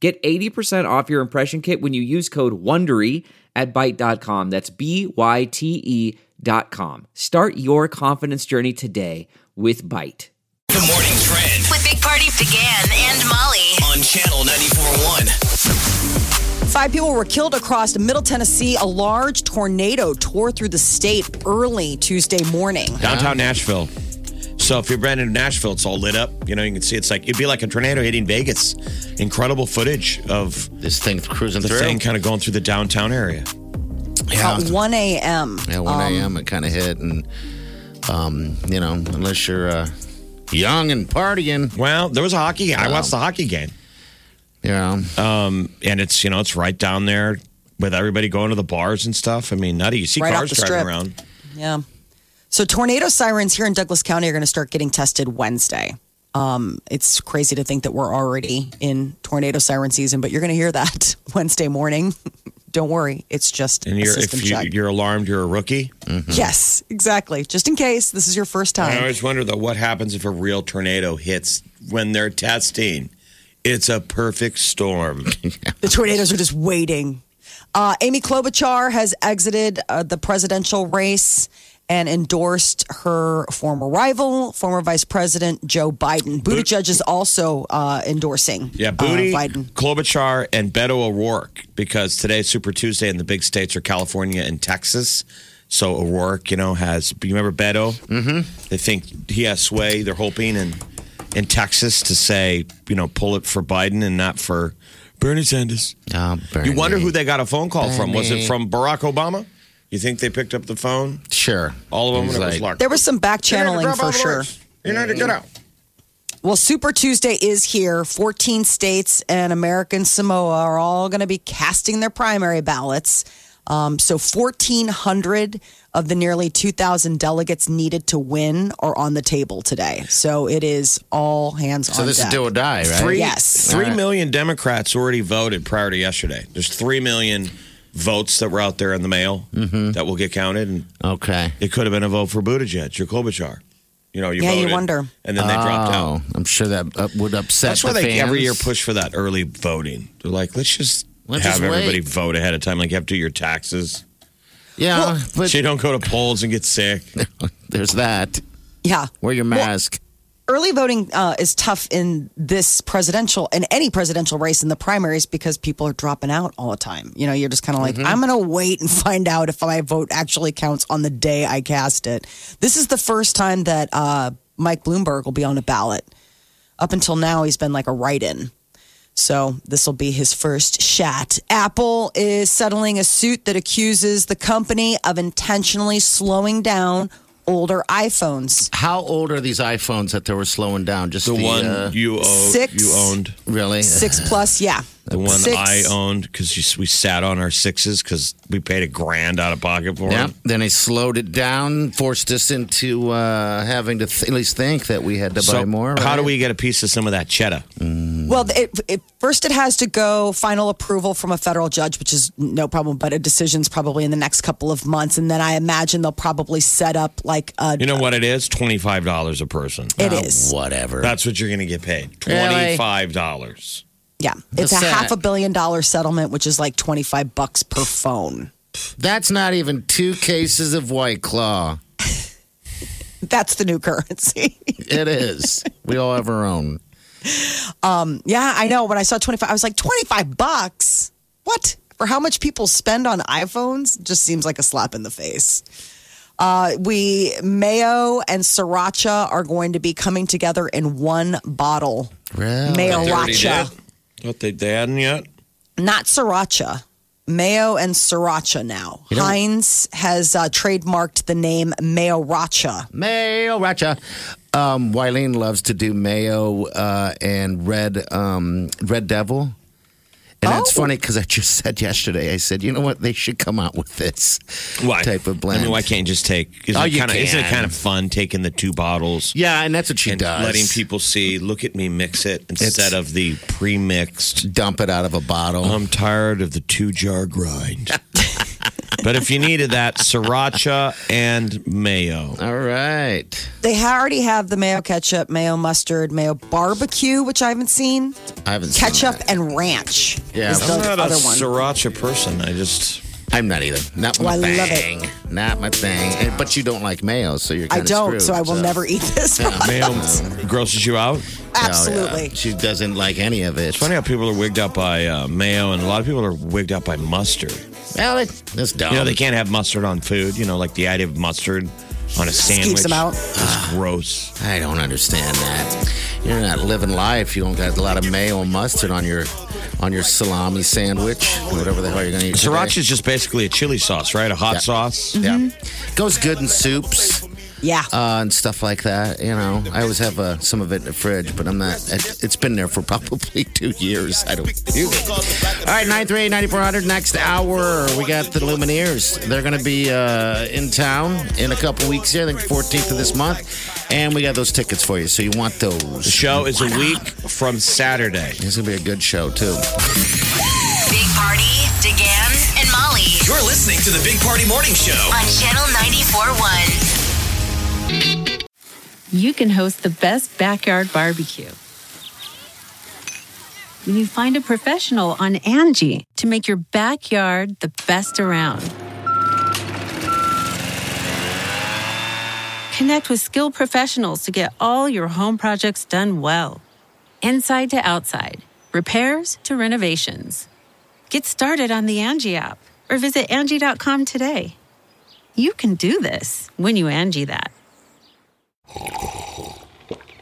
Get 80% off your impression kit when you use code WONDERY at Byte.com. That's b y t e dot com. Start your confidence journey today with Byte. The morning trend with Big Party began and Molly. on channel 94.1. Five people were killed across Middle Tennessee. A large tornado tore through the state early Tuesday morning. downtown Nashville. So if you're brand new to Nashville, it's all lit up. You know, you can see it's like it'd be like a tornado hitting Vegas. Incredible footage of This thing cruising the through. thing kind of going through the downtown area. About 1 a.m. Yeah, 1 a.m. it kind of hit, and um, you know, unless you're uh, young and partying, Well, there was a hockey. I watched the hockey game, you know, and it's you know it's right down there with everybody going to the bars and stuff. I mean, nutty. You see Right off cars the driving strip. around. Yeah. So tornado sirens here in Douglas County are going to start getting tested Wednesday. Um, it's crazy to think that we're already in tornado siren season, but you're going to hear that Wednesday morning. Don't worry, it's just And a you're system if you, check. you're alarmed, you're a rookie. Yes, exactly. Just in case this is your first I time. always wonder though what happens if a real tornado hits when they're testing. It's a perfect storm. The tornadoes are just waiting. Uh, Amy Klobuchar has exited uh, the presidential race and endorsed her former rival, former Vice President Joe Biden. Buttigieg is also uh, endorsing. Yeah, Booty, uh, Biden. Klobuchar, and Beto O'Rourke because today's Super Tuesday and the big states are California and Texas. So O'Rourke, you know, has you remember Beto? Mm-hmm. They think he has sway. They're hoping in in Texas to say you know pull it for Biden and not for Bernie Sanders. Oh, You wonder Bernie. who they got a phone call from? Was it Bernie. from Barack Obama? You think they picked up the phone? sure, All of them. He's and it was like, Lark. There was some back You need to channeling drop for all the sure. words. You need to get out. Well, Super Tuesday is here. 14 states and American Samoa are all going to be casting their primary ballots. Um, so 1,400 of the nearly 2,000 delegates needed to win are on the table today. So it is all hands So on this deck. is do or die, right? Three, Yes. three All right. million Democrats already voted prior to yesterday. There's three million votes that were out there in the mail Mm-hmm. that will get counted, and Okay. it could have been a vote for Buttigieg or Klobuchar. You know, you Yeah, you voted, wonder. and then they dropped out. Oh, I'm sure that up, would upset. That's why the they fans. every year push for that early voting. They're like, let's just Let's have just everybody wait. vote ahead of time, like you have to do your taxes, Yeah, but so you don't go to polls and get sick. there's that. Yeah. Wear your mask. Early voting uh, is tough in this presidential, in any presidential race in the primaries because people are dropping out all the time. You know, you're just kind of like, I'm going to wait and find out if my vote actually counts on the day I cast it. This is the first time that uh, Mike Bloomberg will be on a ballot. Up until now, he's been like a write in. So this will be his first shot. Apple is settling a suit that accuses the company of intentionally slowing down older iPhones. How old are these iPhones that they were slowing down? Just The the, one uh, you owe, six. you owned. really? six plus, yeah. The one Six. I owned because we sat on our sixes because we paid a grand out of pocket for Yeah. it. Then they slowed it down, forced us into uh, having to th- at least think that we had to buy more. How do right? we get a piece of some of that cheddar? Well, it, it, first it has to go final approval from a federal judge, which is no problem, but a decision's probably in the next couple of months, and then I imagine they'll probably set up like a. You know what it is? Twenty five dollars a person. it Oh, is, whatever. That's what you're going to get paid. Really? Twenty five dollars. yeah. It's a What's half a that? billion dollar settlement, which is like twenty five bucks per phone. That's not even two cases of White Claw. That's the new currency. It is. we all have our own. yeah, I know. When I saw twenty five, I was like twenty five bucks. What for? How much people spend on iPhones just seems like a slap in the face. Uh, we mayo and sriracha are going to be coming together in one bottle. Really? Mayo racha, What they, they hadn't yet. not sriracha. Mayo and sriracha now. Heinz has uh, trademarked the name mayo racha. Mayo Racha. Um, Wileen loves to do mayo uh, and red um, red devil. And it's Oh. funny because I just said yesterday, I said, you know what? They should come out with this Why? type of blend. I mean, why can't you just take? Isn't, Oh, it, you kind of, isn't it can. kind of fun taking the two bottles yeah, and that's what she and does. letting people see? Look at me mix it instead of the pre-mixed. dump it out of a bottle. I'm tired of the two jar grind. but if you needed that, sriracha and mayo. All right. They ha- already have the mayo ketchup, mayo mustard, mayo barbecue, which I haven't seen. I haven't seen Ketchup that. and ranch. Yeah. is the I'm not a other one. sriracha person. I just I'm not either. Not my Oh, I thing. love it. Not my thing. And- But you don't like mayo, so you're. I kinda don't, so screwed, I will never eat this. product. mayo grosses you out. Hell Oh, yeah. Absolutely. She doesn't like any of it. Funny how people are wigged out by uh, mayo, and a lot of people are wigged out by mustard. Well, it- that's dumb. You know, they can't have mustard on food. You know, like the idea of mustard on a sandwich. them out. It's gross. I don't understand that. You're not living life. You don't got a lot of mayo and mustard on your on your salami sandwich, whatever the hell you're gonna eat. today. Sriracha is just basically a chili sauce, right? A hot Yeah. sauce. Yeah, Mm-hmm. goes good in soups Yeah. uh, and stuff like that. You know, I always have uh, some of it in the fridge, but I'm not. It, it's been there for probably two years. I don't use it. All right, 938-9400, Next hour, we got the Lumineers. They're going to be uh, in town in a couple weeks here. I think 14th of this month, and we got those tickets for you. So you want The those? show is a week from Saturday. This is gonna be a good show too. Big Party, DeGan and Molly You're listening to the Big Party Morning Show. on Channel 94.1. you can host the best backyard barbecue. When you find a professional on Angie to make your backyard the best around. Connect with skilled professionals to get all your home projects done well. Inside to outside, repairs to renovations. Get started on the Angie app or visit Angie.com today. You can do this when you Angie that.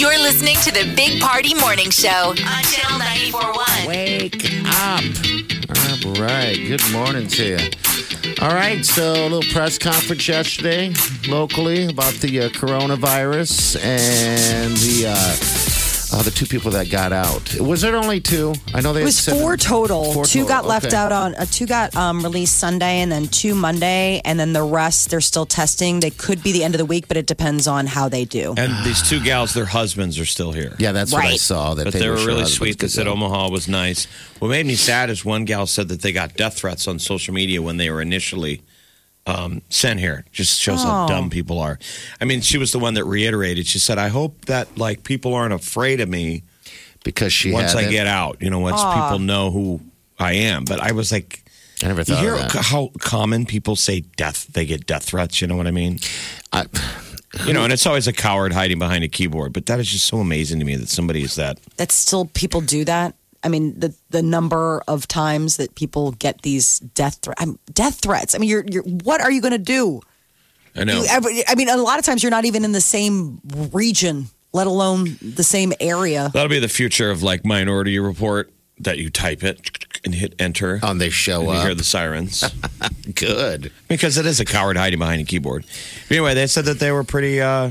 You're listening to the Big Party Morning Show on Channel 94.1. Wake up! All right, good morning to you. All right, so a little press conference yesterday locally about the uh, coronavirus and the uh, uh, the two people that got out. Was there only two? I know they It was had said- four total. Four two total, got left okay. out on. Uh, two got um, released Sunday, and then two Monday, and then the rest they're still testing. They could be the end of the week, but it depends on how they do. And these two gals, their husbands are still here. Yeah, that's what I Right. saw. That But they, they were sure really other sweet. They ones said could go. Omaha was nice. What made me sad is one gal said that they got death threats on social media when they were initially um, sent here. Just shows how Oh. dumb people are. I mean, she was the one that reiterated. She said, "I hope that like people aren't afraid of me because she "Oh, once had I it. get out. You know, once people know who I am." But I was like. I never You thought hear of that. how common people say death, they get death threats, you know what I mean? I, You know, and it's always a coward hiding behind a keyboard, but that is just so amazing to me that somebody is that. That still people do that. I mean, the the number of times that people get these death threats. Death threats. I mean, you're you're. What are you going to do? I know. You, every- I mean, a lot of times you're not even in the same region, let alone the same area. That'll be the future of like Minority Report that you type it and hit enter. on Oh, they and show uh, you hear up. the sirens Good. because it is a coward hiding behind a keyboard. Anyway, they said that they were pretty uh,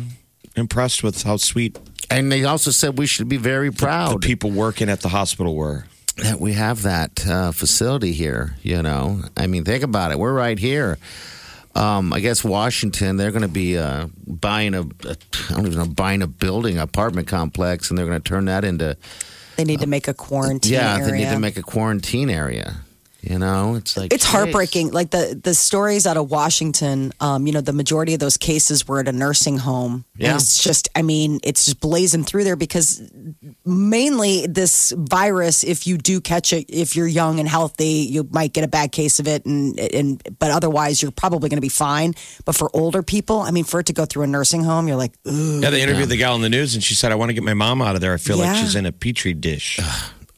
impressed with how sweet And they also said we should be very the proud. people working at the hospital were. that we have that uh, facility here. You know, I mean, think about it. We're right here. Um, I guess Washington, they're going to be uh, buying a, a, I don't even know, buying a building, apartment complex, and they're going to turn that into, They need to make a quarantine. yeah, they need area. to make a quarantine area. You know, it's like It's geez. heartbreaking. Like the the stories out of Washington, um, you know, the majority of those cases were at a nursing home. Yeah. And it's just, I mean, it's just blazing through there because mainly this virus, if you do catch it, if you're young and healthy, you might get a bad case of it, and and but otherwise you're probably going to be fine. But for older people, I mean, for it to go through a nursing home, you're like, Ugh. Yeah, they interviewed the gal on the news and she said, I want to get my mom out of there. I feel like Yeah. she's in a petri dish.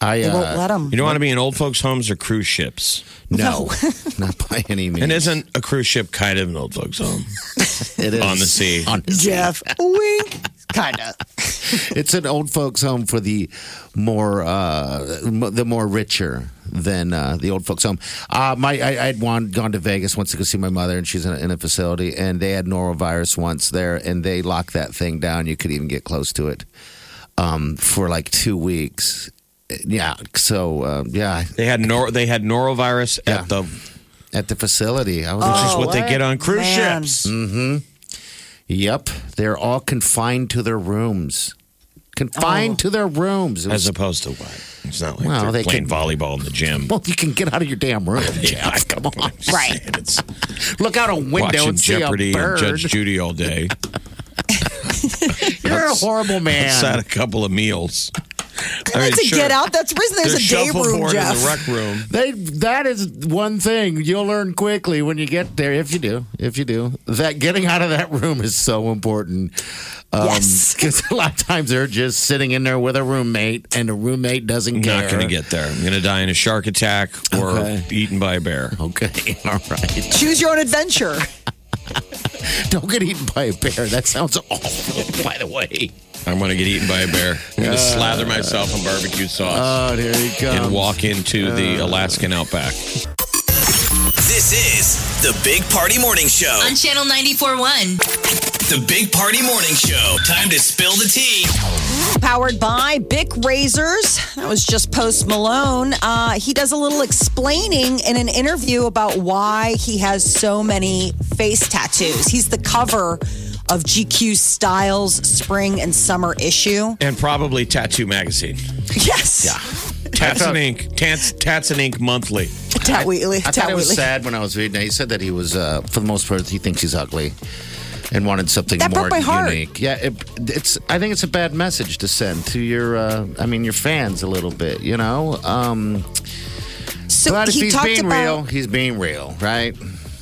I They uh, won't let them. You don't want to be in old folks' homes or cruise ships. No, not by any means. And isn't a cruise ship kind of an old folks' home? It is. on the sea. On the sea. Jeff, wink. Kinda. It's an old folks' home for the more uh, m- the more richer than uh, the old folks' home. Uh, my I, I had one, gone to Vegas once to go see my mother, and she's in a, in a facility, and they had norovirus once there, and they locked that thing down. You could even get close to it um, for like two weeks. Yeah, so uh, yeah, They had nor they had norovirus Yeah. at the at the facility, I was which is like, Oh, what, they get on cruise Man. ships. "Yep, they're all confined to their rooms, confined to their rooms." It was- Oh. As opposed to what? It's not like Well, they're they playing could- volleyball in the gym. well, you can get out of your damn room. Yeah, come on. Right. It's Look out a window watching and see Jeopardy a bird. and Judge Judy all day. You're a horrible It's had man. a couple of meals. I mean, That's a sure, get out. That's prison. There's There's a day room, shuffleboard Jeff. in the rec room. They, that is one thing you'll learn quickly when you get there, if you do, if you do, that getting out of that room is so important. Um, Yes. Because a lot of times they're just sitting in there with a roommate and the roommate doesn't I'm care. not going to get there. I'm going to die in a shark attack or Okay. eaten by a bear. Okay, all right. Choose your own adventure. Don't get eaten by a bear. That sounds awful, by the way. I'm going to get eaten by a bear. I'm going to Uh, slather myself in barbecue sauce Oh, here he comes. and walk into uh, the Alaskan outback. This is the Big Party Morning Show. On Channel 94.1. The Big Party Morning Show. Time to spill the tea. Powered by Bic Razors. That was just Post Malone. Uh, he does a little explaining in an interview about why he has so many face tattoos. He's the cover of GQ Style's spring and summer issue. And probably Tattoo Magazine. Yes. Tats thought- and Ink. Tats, Tats and Ink Monthly. Tat Wheatley. I thought Tat it was Wheatley. sad when I was reading it. He said that he was, uh, for the most part, he thinks he's ugly and wanted something That more broke my heart. unique. Yeah, it, it's. I think it's a bad message to send to your, uh, I mean, your fans a little bit. You know, um, So but if he he's talked being about real, he's being real, right?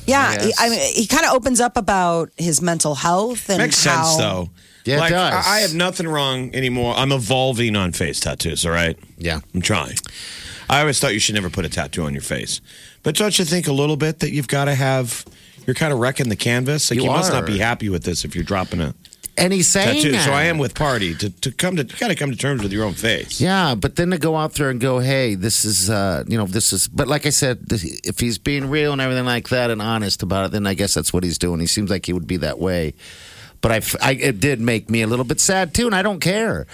Yeah, he, Yes. I mean, he kind of opens up about his mental health and Makes how sense, though. Yeah, it like, does. I, I have nothing wrong anymore. I'm evolving on face tattoos, all right? Yeah. I'm trying. I always thought you should never put a tattoo on your face. But don't you think a little bit that you've got to have, you're kind of wrecking the canvas? Like, you, You must are. not be happy with this if you're dropping a And he's saying tattoo. that. So I am with Party to, to come to, you got to come to terms with your own face. Yeah, but then to go out there and go, hey, this is, uh, you know, this is. But like I said, th- if he's being real and everything like that and honest about it, then I guess that's what he's doing. He seems like he would be that way. But I, f- I- it did make me a little bit sad too, and I don't care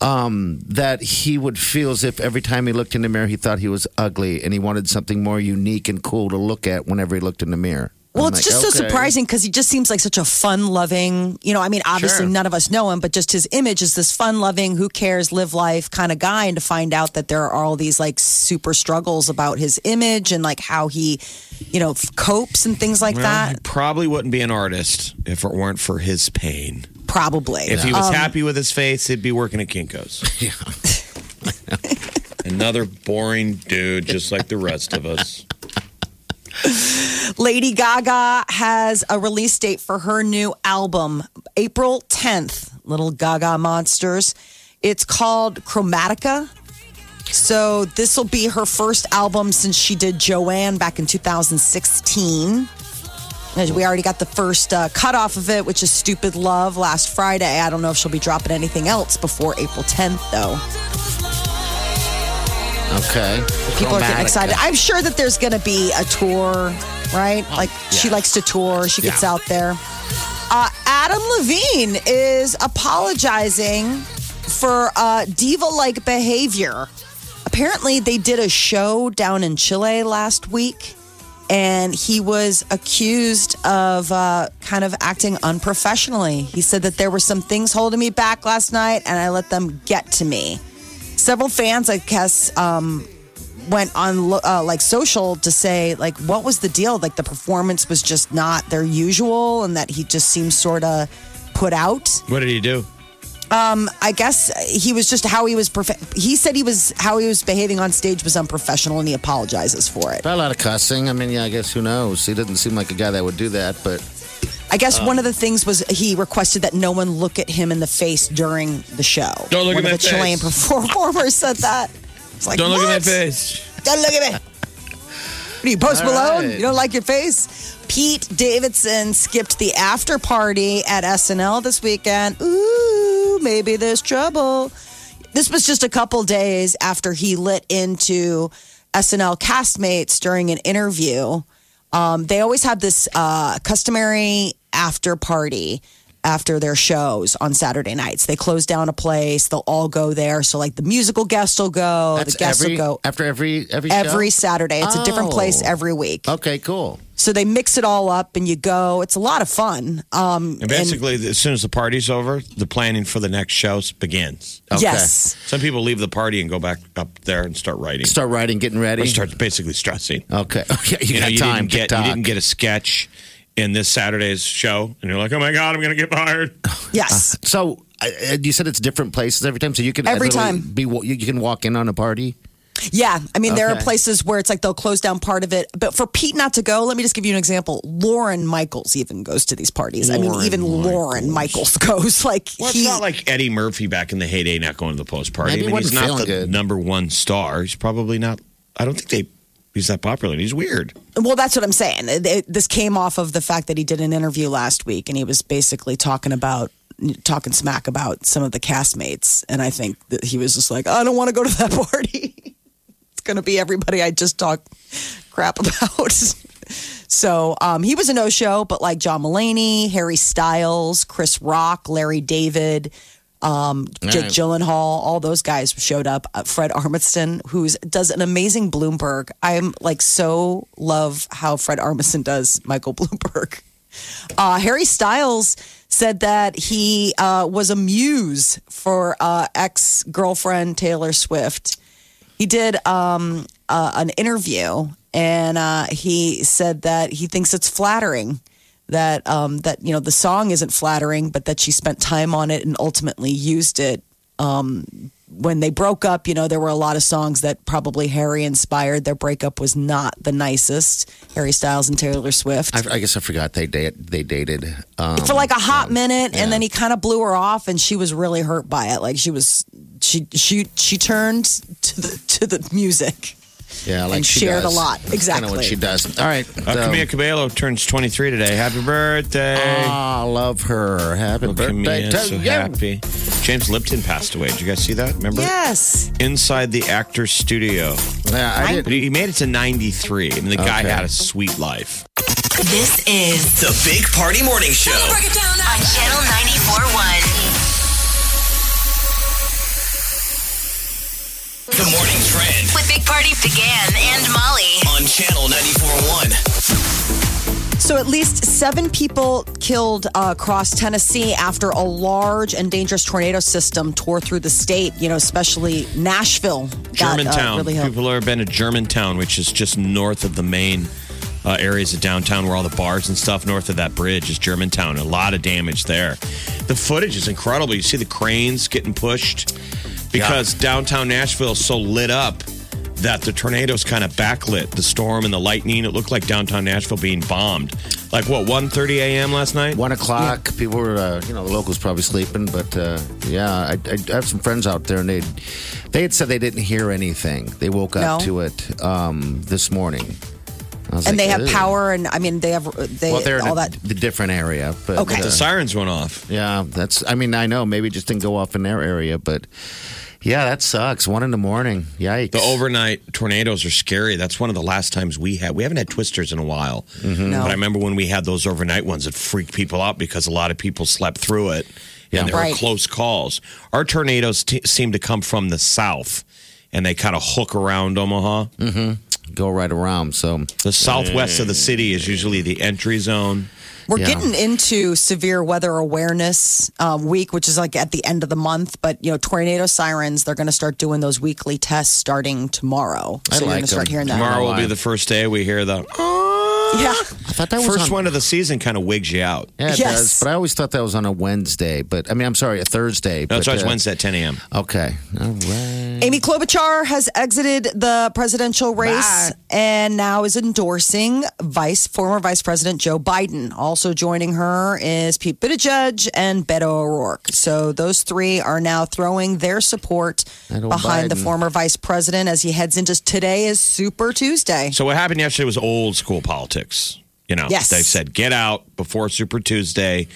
um, that he would feel as if every time he looked in the mirror, he thought he was ugly, and he wanted something more unique and cool to look at whenever he looked in the mirror. Well, I'm it's just like, so okay. surprising because he just seems like such a fun loving, you know, I mean, obviously Sure. none of us know him, but just his image is this fun loving, who cares, live life kind of guy. And to find out that there are all these like super struggles about his image and like how he, you know, f- copes and things like Well, he that. probably wouldn't be an artist if it weren't for his pain. Probably. If he was Um, happy with his face, he'd be working at Kinko's. Yeah. Another boring dude, just like the rest of us. Lady Gaga has a release date for her new album, April 10th, Little Gaga Monsters. It's called Chromatica. So, this will be her first album since she did Joanne back in 2016. As We already got the first uh, cut off of it, which is Stupid Love last Friday. I don't know if she'll be dropping anything else before April 10th, though. Okay, People are getting Chromatica. excited. I'm sure that there's going to be a tour, right? Like she likes to tour, she gets Yeah. out there. Uh, Adam Levine is apologizing for uh, diva like behavior. Apparently, they did a show down in Chile last week, and he was accused of uh, kind of acting unprofessionally. He said that there were some things holding me back last night, and I let them get to me. Several fans, I guess, um, went on lo- uh, like social to say like what was the deal like the performance was just not their usual and that he just seemed sort of put out What did he do? i guess he was just how he was perfe- he said he was how he was behaving on stage was unprofessional and he apologizes for it Not a lot of cussing. I mean, yeah, I guess who knows? He doesn't seem like a guy that would do that, but i guess one of the things was he requested that no one look at him in the face during the show Don't look one of at my the chilean face. performers said that It's like Don't look what? at my face. Don't look at me. What are you, Post All Malone? right. You don't like your face? Pete Davidson skipped the after party at SNL this weekend. Ooh, maybe there's trouble. This was just a couple days after he lit into SNL castmates during an interview. Um, they always have this uh, customary after party after their shows on Saturday nights. They close down a place, they'll all go there. So, like, the musical guests will go, Oh, the guests every, will go after every every every show? Saturday. It's a different Oh. place every week. Okay, cool. So they mix it all up and you go. It's a lot of fun. Um, And basically, as soon as the party's over, the planning for the next show begins. Okay. Yes. Some people leave the party and go back up there and start writing. Start writing, getting ready. Or start basically stressing. Okay. Okay. Oh, You, You know, got you time didn't get to you talk. didn't get a sketch in this Saturday's show, and you're like, oh my god, I'm gonna get fired. Yes. so I- I- you said it's different places every time, so you can Every literally time. be wa- you you can walk in on a party. Yeah. I mean, there are Okay. places where it's like they'll close down part of it. But for Pete not to go, let me just give you an example. Lauren Michaels even goes to these parties. I mean, Lauren even Lauren Michaels goes. Like, Well, it's he, not like Eddie Murphy back in the heyday not going to the post party. Maybe I he mean, he's wasn't not the feeling good. number one star. He's probably not. I don't think they. He's that popular. and He's weird. well, that's what I'm saying. It- it- This came off of the fact that he did an interview last week and he was basically talking about. Talking smack about some of the castmates, and I think that he was just like, "I don't want to go to that party." it's going to be everybody I just talk crap about. so um, he was a no show, but like John Mulaney, Harry Styles, Chris Rock, Larry David, um, Jake right. Gyllenhaal, all those guys showed up. Uh, Fred Armiston, who does an amazing Bloomberg. I'm like so love how Fred Armiston does Michael Bloomberg. Uh, Harry Styles said that he uh, was a muse for uh, ex girlfriend Taylor Swift. He did um, uh, an interview, and uh, he said that he thinks it's flattering that um, that you know the song isn't flattering, but that she spent time on it and ultimately used it. Um, when they broke up, you know, there were a lot of songs that probably Harry inspired. Their breakup was not the nicest. Harry Styles and Taylor Swift I, I guess I forgot they da- they dated. Um, for like a hot minute and then he kind of blew her off and she was really hurt by it like she was she she she turned to the to the music yeah, like and she shared does. a lot. That's Kind of what Exactly. she does. All right. Uh, so- Camila Cabello turns 23 today. Happy birthday. Ah, love her. Happy birthday Camila, to so you. happy. James Lipton passed away. Did you guys see that? Remember? yes Inside the actor's studio. Yeah, I But didn't. he he made it to 93. I mean, the guy Okay. had a sweet life. This is The Big Party Morning Show. on Channel 94.1. The Morning Trend With Big Party began and Molly. on Channel 94.1. so at least seven people killed uh, across tennessee after a large and dangerous tornado system tore through the state you know especially nashville got, uh, Germantown. really hit. People have been to Germantown, which is just north of the main uh, areas of downtown where all the bars and stuff, north of that bridge is Germantown. A lot of damage there. The footage is incredible. You see the cranes getting pushed because downtown Nashville is so lit up that the tornadoes kind of backlit the storm and the lightning. It looked like downtown Nashville being bombed. Like what, 1.30 a.m. last night? One o'clock. People were, uh, you know, the locals probably sleeping, but uh, yeah, I, I I have some friends out there, and they they had said they didn't hear anything. They woke No. up to it um, this morning. I was and like, they have "Ew." power and i mean they have they Well, they're in all a- that the different area, but Okay. uh, The sirens went off. yeah, that's. I mean, I know maybe it just didn't go off in their area, but yeah, that sucks. One in the morning. Yikes. The overnight tornadoes are scary. That's one of the last times we had. We haven't had twisters in a while. No. But I remember when we had those overnight ones, it freaked people out because a lot of people slept through it and there Right. were close calls. Our tornadoes t- seem to come from the south and they kind of hook around Omaha. go right around. So The southwest of the city is usually the entry zone. We're Yeah. getting into severe weather awareness um, week, which is like at the end of the month. But you know, tornado sirens—they're going to start doing those weekly tests starting tomorrow. I so you're like going to start them. hearing that. Tomorrow will why. be the first day we hear the Yeah, I thought that was first on- one of the season kind of wigs you out. Yeah, it Yes. does. But I always thought that was on a Wednesday. But I mean, I'm sorry, a Thursday. No, but, it's always uh, Wednesday at 10 a.m. Okay. All right. Amy Klobuchar has exited the presidential race and now is endorsing Vice former Vice President Joe Biden. Also joining her is Pete Buttigieg and Beto O'Rourke. So those three are now throwing their support That old behind the Biden. former Vice President as he heads into today is Super Tuesday. So what happened yesterday was old school politics. You know, Yes. they said get out before Super Tuesday.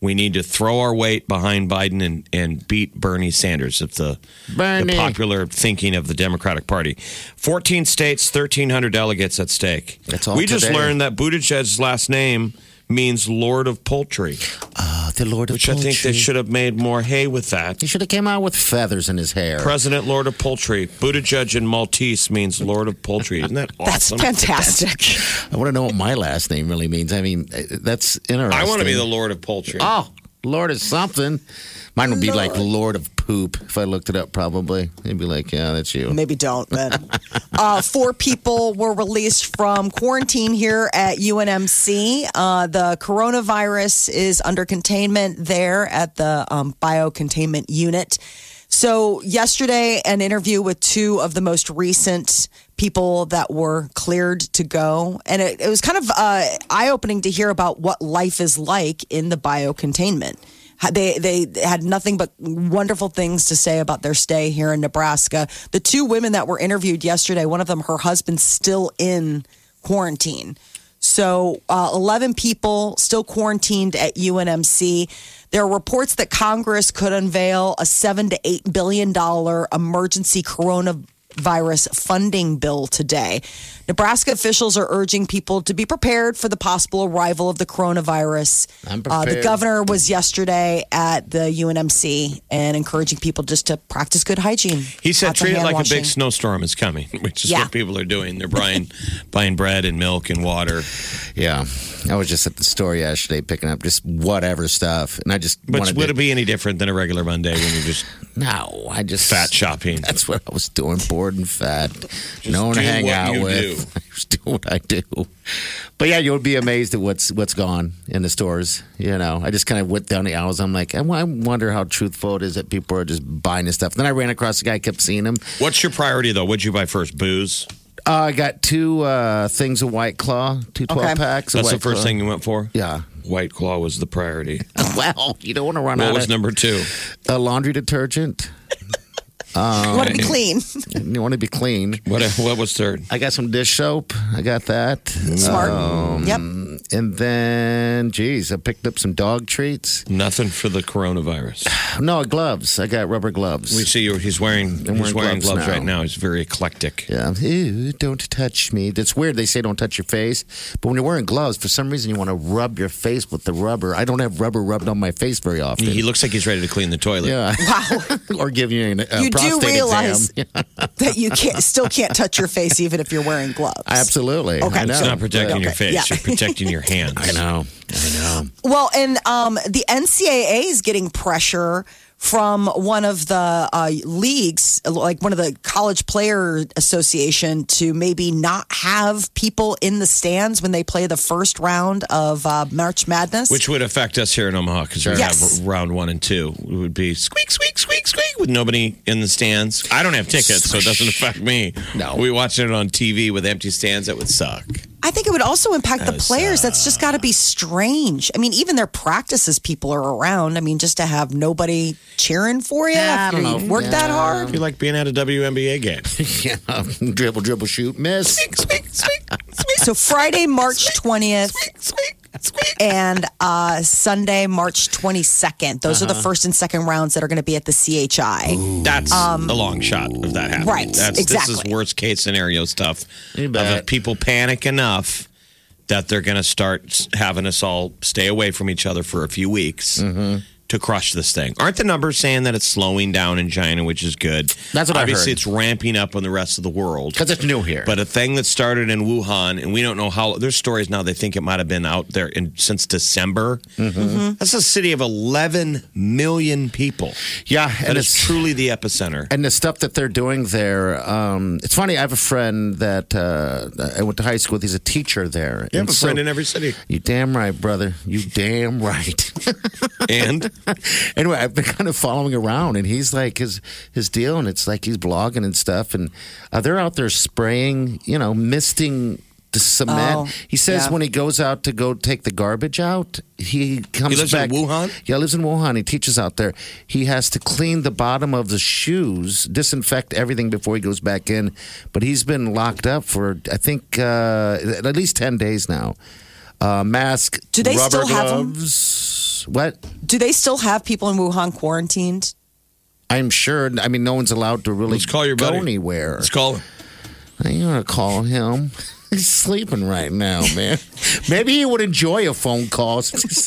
We need to throw our weight behind Biden and, and beat Bernie Sanders. If the, the Bernie. popular thinking of the Democratic Party, fourteen states, thirteen hundred delegates at stake. That's all We just today. learned that Buttigieg's last name means Lord of Poultry, Oh, the Lord of which I think they Poetry. should have made more hay with that. He should have came out with feathers in his hair. President Lord of Poultry, Buttigieg in Maltese means Lord of Poultry. Isn't that That's awesome? fantastic. I want to know what my last name really means. I mean, uh, that's interesting. I want to be the Lord of Poultry. Oh, Lord of something. Mine would be like Lord of Poop if I looked it up. Probably, they'd be like, "Yeah, that's you." Maybe don't. But uh, four people were released from quarantine here at UNMC. Uh, the coronavirus is under containment there at the um, biocontainment unit. So yesterday, an interview with two of the most recent people that were cleared to go, and it, it was kind of uh, eye-opening to hear about what life is like in the biocontainment they they had nothing but wonderful things to say about their stay here in Nebraska. The two women that were interviewed yesterday, one of them, her husband's still in quarantine. So, uh, 11 people still quarantined at UNMC. There are reports that Congress could unveil a seven to eight billion dollar emergency coronavirus funding bill today. Nebraska officials are urging people to be prepared for the possible arrival of the coronavirus. I'm Uh, the governor prepared. governor was yesterday at the UNMC and encouraging people just to practice good hygiene. He said, Lots of treat it hand like a washing." big snowstorm is coming, which is Yeah. what people are doing. They're buying, buying bread and milk and water. Yeah, I was just at the store yesterday picking up just whatever stuff, and I just But wanted would to it be any different than a regular Monday when you're just No, I just fat shopping? That's what I was doing, bored and fat. no one to do hang what out you with. do. I just do what I do. But yeah, you'll be amazed at what's what's gone in the stores. You know, I just kind of went down the aisles. I'm like, I w- I wonder how truthful it is that people are just buying this stuff. Then I ran across a guy, I kept seeing him. What's your priority though? What'd you buy first? Booze. Uh, I got two uh, things of White Claw, two 12 Okay. packs. of That's the White first Claw. thing you went for. Yeah. White Claw was the priority. Well, you don't want to run What out was of number two? uh, laundry detergent. You want to be clean. You want to be clean. What What was third? I got some dish soap. I got that. Smart. Um, yep. And then, geez, I picked up some dog treats. Nothing for the coronavirus. No, gloves. I got rubber gloves. We see you. He's wearing. I'm He's wearing wearing gloves gloves now. right now. He's very eclectic. yeah. Ew, don't touch me. That's weird. They say don't touch your face. But when you're wearing gloves, for some reason, you want to rub your face with the rubber. I don't have rubber rubbed on my face very often. He looks like he's ready to clean the toilet. yeah. Wow. or give you an, a You do prostate realize exam. that you can't, still can't touch your face even if you're wearing gloves. Absolutely. Okay. I know. It's not protecting Okay, your face. yeah. You're protecting your hands. I know. I know. Well, and um, the NCAA is getting pressure from one of the uh, leagues, like one of the college player association, to maybe not have people in the stands when they play the first round of uh, March Madness. Which would affect us here in Omaha because we Yes. have round one and two. It would be squeak, squeak, squeak, squeak with nobody in the stands. I don't have tickets, so it doesn't affect me. No. We watching it on TV with empty stands. That would suck. I think it would also impact the That was, players. That's just got to be strange. I mean, even their practices, people are around. I mean, just to have nobody cheering for you I after don't know. you've worked that hard. You like being at a WNBA game. Yeah. dribble, dribble, shoot, miss. So Friday, March twentieth, and uh, Sunday, March twenty second. Those are the first and second rounds that are going to be at the CHI. That's a long shot of that happening. Um, Right, That's, This exactly. is worst case scenario stuff. You Of bet. if people panic enough that they're going to start s- having us all stay away from each other for a few weeks. Mm-hmm. To crush this thing, aren't the numbers saying that it's slowing down in China, which is good? That's what I Obviously, heard. it's ramping up on the rest of the world Because it's new here. But a thing that started in Wuhan, and we don't know how. There's stories now. They think it might have been out there in, since December. Mm-hmm. Mm-hmm. That's a city of 11 million people. yeah. That And is it's truly the epicenter. and the stuff that they're doing there um, it's funny i have a friend that uh, i went to high school with he's a teacher there You have And a so- friend in every city. you damn right brother you damn right And anyway, I've been kind of following around, and he's like his his deal, and it's like he's blogging and stuff, and uh, they're out there spraying, you know, misting the cement. Oh, he says yeah. when he goes out to go take the garbage out, he comes lives back. in Wuhan? Yeah, lives in Wuhan. He teaches out there. He has to clean the bottom of the shoes, disinfect everything before he goes back in. But he's been locked up for I think uh, at least ten days now. Uh, mask. Do they rubber still have 'em? gloves. What? Do they still have people in Wuhan quarantined? I'm sure. I mean, no one's allowed to really Let's call your go buddy. anywhere. Let's call him. You gotta call him. He's sleeping right now, man. Maybe he would enjoy a phone call. hey, it's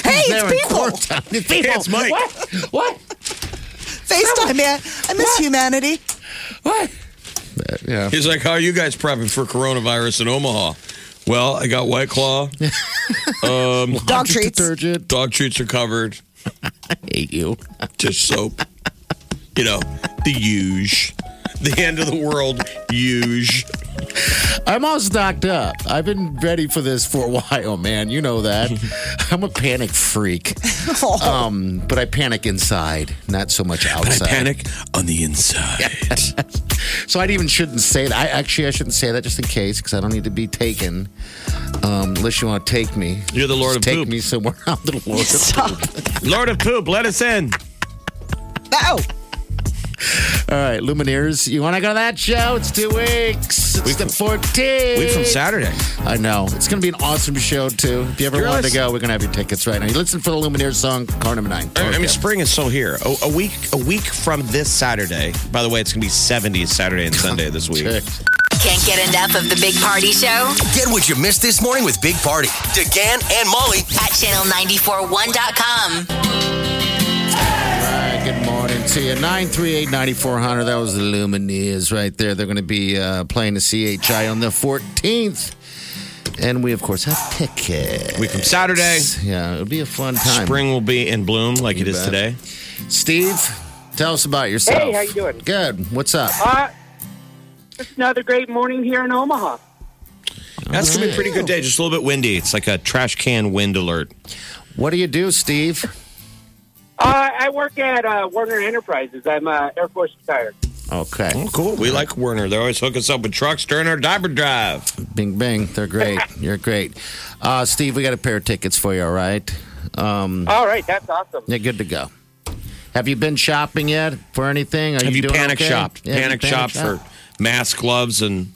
people. It's people. Hey, it's Mike. What? What? FaceTime, man. I miss humanity. What? But, yeah. He's like, "How are you guys prepping for coronavirus in Omaha?" Well, I got White Claw. Dog treats. Detergent. Dog treats are covered. Hate you. Just soap. you know, the huge, the end of the world huge. I'm all stocked up. I've been ready for this for a while, man. You know that. I'm a panic freak. Oh. Um, but I panic inside, not so much outside. Panic on the inside. So I even shouldn't say that. I actually I shouldn't say that just in case because I don't need to be taken. Um, unless you want to take me, You're the Lord Just of take poop. me somewhere. I'm the Lord of Stop. Lord of poop, let us in. No. All right, Lumineers, you want to go to that show? It's two weeks. It's the 14th. We from Saturday. I know. It's going to be an awesome show, too. If you ever You're wanted us. to go, we're going to have your tickets right now. You listen for the Lumineers song, car number nine. I, I mean, Okay. spring is so here. A, a week, a week from this Saturday. By the way, it's gonna be 70s Saturday and Sunday this week. Okay. Can't get enough of the Big Party Show Get what you missed this morning with Big Party. DeGan and Molly at channel941.com. All right, good morning to you. 938 9400. That was the Lumineers right there. They're going to be uh, playing the CHI on the 14th. And we, of course, have tickets. Week from Saturday. Yeah, it'll be a fun time. Spring will be in bloom like it is bet. today. Steve, tell us about yourself. Hey, how you doing? Good. What's up? Uh, just another great morning here in Omaha. That's gonna be a pretty good day. Just a little bit windy. It's like a trash can wind alert. What do you do, Steve? Uh, I work at uh, Warner Enterprises. I'm uh, Air Force retired. Okay. Oh, cool. We like Werner. They always hook us up with trucks during our diaper drive. Bing, bing. They're great. You're great. Uh, Steve, we got a pair of tickets for you, all right? Um, All right, that's awesome. yeah, good to go. Have you been shopping yet for anything? Are Have you, doing panic okay? shopped? Yeah, panic you shopped for mask, gloves, and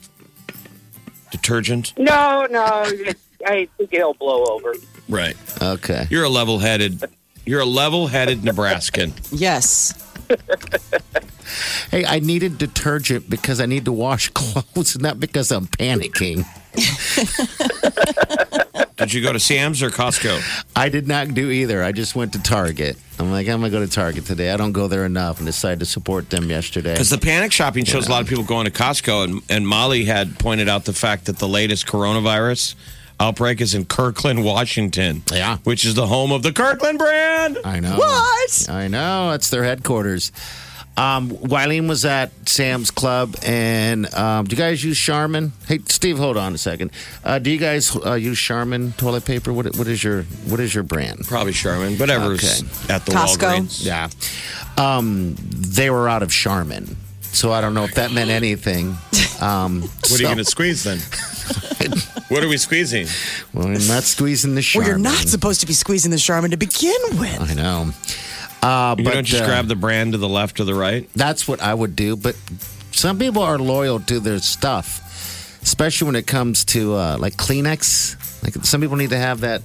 detergent. No, no, it, I think it'll blow over. Right. Okay. You're a level-headed. You're a level-headed Nebraskan. Yes. Hey, I needed detergent because I need to wash clothes, not because I'm panicking. Did you go to Sam's or Costco? I did not do either. I just went to Target. I'm like, I'm going to go to Target today. I don't go there enough and decided to support them yesterday. Because the panic shopping shows a lot of people going to Costco, and, and Molly had pointed out the fact that the latest coronavirus outbreak is in Kirkland, Washington. Yeah. Which is the home of the Kirkland brand. I know. What? I know. It's their headquarters. Um, Wileen was at Sam's Club, and um, do you guys use Charmin? Hey, Steve, hold on a second. Uh, do you guys uh, use Charmin toilet paper? What, what is your What is your brand? Probably Sherman, whatever's at the Costco. Walgreens. Yeah, um, they were out of Charmin, so I don't know if that meant anything. Um, What are you going to squeeze then? what are we squeezing? well, we're not squeezing the Well, Charmin. you're not supposed to be squeezing the Charmin to begin with. I know. Uh, You but don't just uh, grab the brand to the left or the right. That's what I would do. But some people are loyal to their stuff, especially when it comes to uh, like Kleenex. Like some people need to have that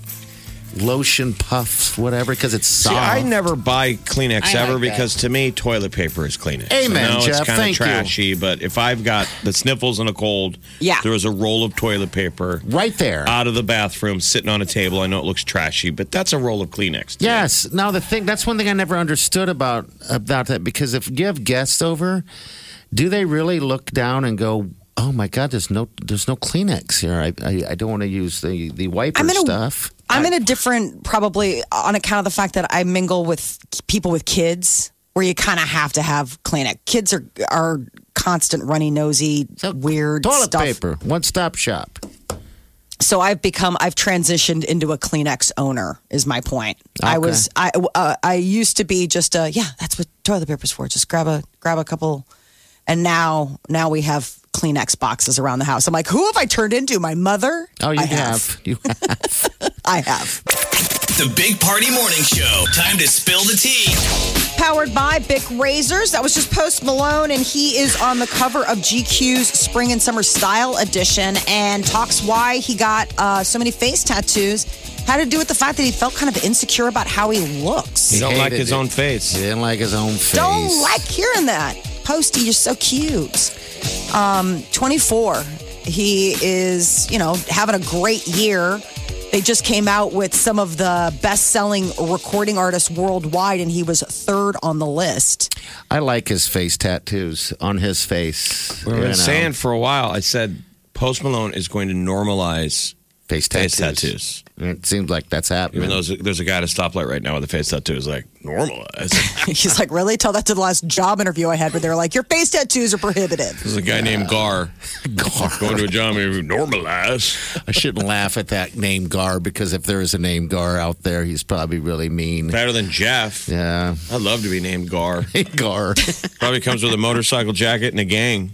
lotion puff, whatever, because it's See, soft. I never buy Kleenex I ever like that. because to me, toilet paper is Kleenex. Amen, I know it's Jeff. kind of Thank you. trashy, but if I've got the sniffles and a cold, Yeah. there was a roll of toilet paper Right there. out of the bathroom sitting on a table. I know it looks trashy, but that's a roll of Kleenex. to me. Yes. Now the thing that's one thing I never understood about about that because if you have guests over, do they really look down and go, "Oh my God, there's no there's no Kleenex here. I I, I don't want to use the the wiper I'm in a- stuff." I'm in a different, probably on account of the fact that I mingle with people with kids, where you kind of have to have Kleenex. Kids are are constant runny nosy, weird toilet stuff. paper, one stop shop. So I've become I've transitioned into a Kleenex owner. Is my point. I Okay. was I uh, I used to be just a yeah. That's what toilet paper's for. Just grab a grab a couple, and now now we have Kleenex boxes around the house. I'm like, who have I turned into? My mother. Oh, you I have. You have. I have. The Big Party Morning Show. Time to spill the tea. Powered by Bic Razors. That was just Post Malone, and he is on the cover of GQ's Spring and Summer Style Edition and talks why he got uh, so many face tattoos. Had to do with the fact that he felt kind of insecure about how he looks. He don't like hated his it. own face. He didn't like his own face. Don't like hearing that. Posty, you're so cute. Um, 24. He is, you know, having a great year. They just came out with some of the best selling recording artists worldwide, and he was third on the list. I like his face tattoos on his face. We've you been know. saying for a while. I said Post Malone is going to normalize face face tattoos. tattoos. It seems like that's happening. Even though there's a, there's a guy at a stoplight right now with a face tattoo is like normalize. He's like, really? Tell that to the last job interview I had where they were like, your face tattoos are prohibitive. There's a guy named Gar going to a job interview. Normalize. I shouldn't laugh at that name Gar because if there is a name Gar out there, he's probably really mean. Better than Jeff. Yeah, I'd love to be named Gar. Gar. Probably comes with a motorcycle jacket and a gang.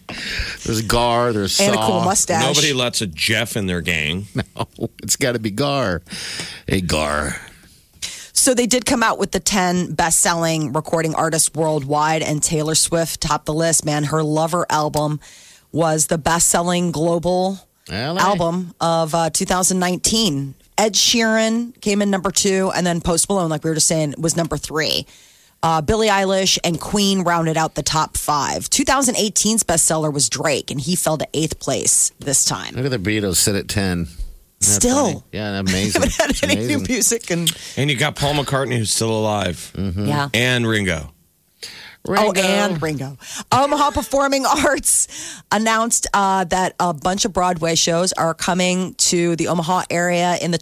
There's Gar. There's And a Saw. cool mustache. Nobody lets a Jeff in their gang. No, it's got to be Gar. Hey Gar. So they did come out with the 10 best selling recording artists worldwide, and Taylor Swift topped the list. Man, her Lover album was the best selling global LA. album of uh, 2019. Ed Sheeran came in number two, and then Post Malone, like we were just saying, was number three. Uh, Billie Eilish and Queen rounded out the top five. 2018's bestseller was Drake, and he fell to eighth place this time. Look at the Beatles sit at ten. That's Still. funny. yeah, amazing. haven't had It's any new amazing. music and And you got Paul McCartney who's still alive. Mm-hmm. yeah. And Ringo. Oh, Ringo. and Ringo. Omaha Performing Arts announced uh, that a bunch of Broadway shows are coming to the Omaha area in the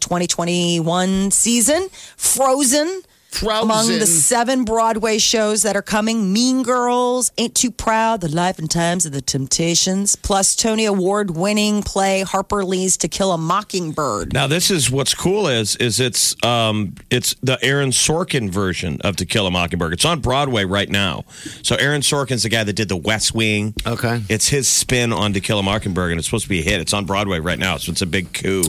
2021 season. Frozen, Frozen. among the seven Broadway shows that are coming Mean Girls, Ain't Too Proud, The Life and Times of the Temptations, plus Tony Award winning play Harper Lee's To Kill a Mockingbird. Now this is what's cool is is it's um it's the Aaron Sorkin version of To Kill a Mockingbird. It's on Broadway right now. So Aaron Sorkin's the guy that did The West Wing. Okay. It's his spin on To Kill a Mockingbird, and it's supposed to be a hit. It's on Broadway right now, so it's a big coup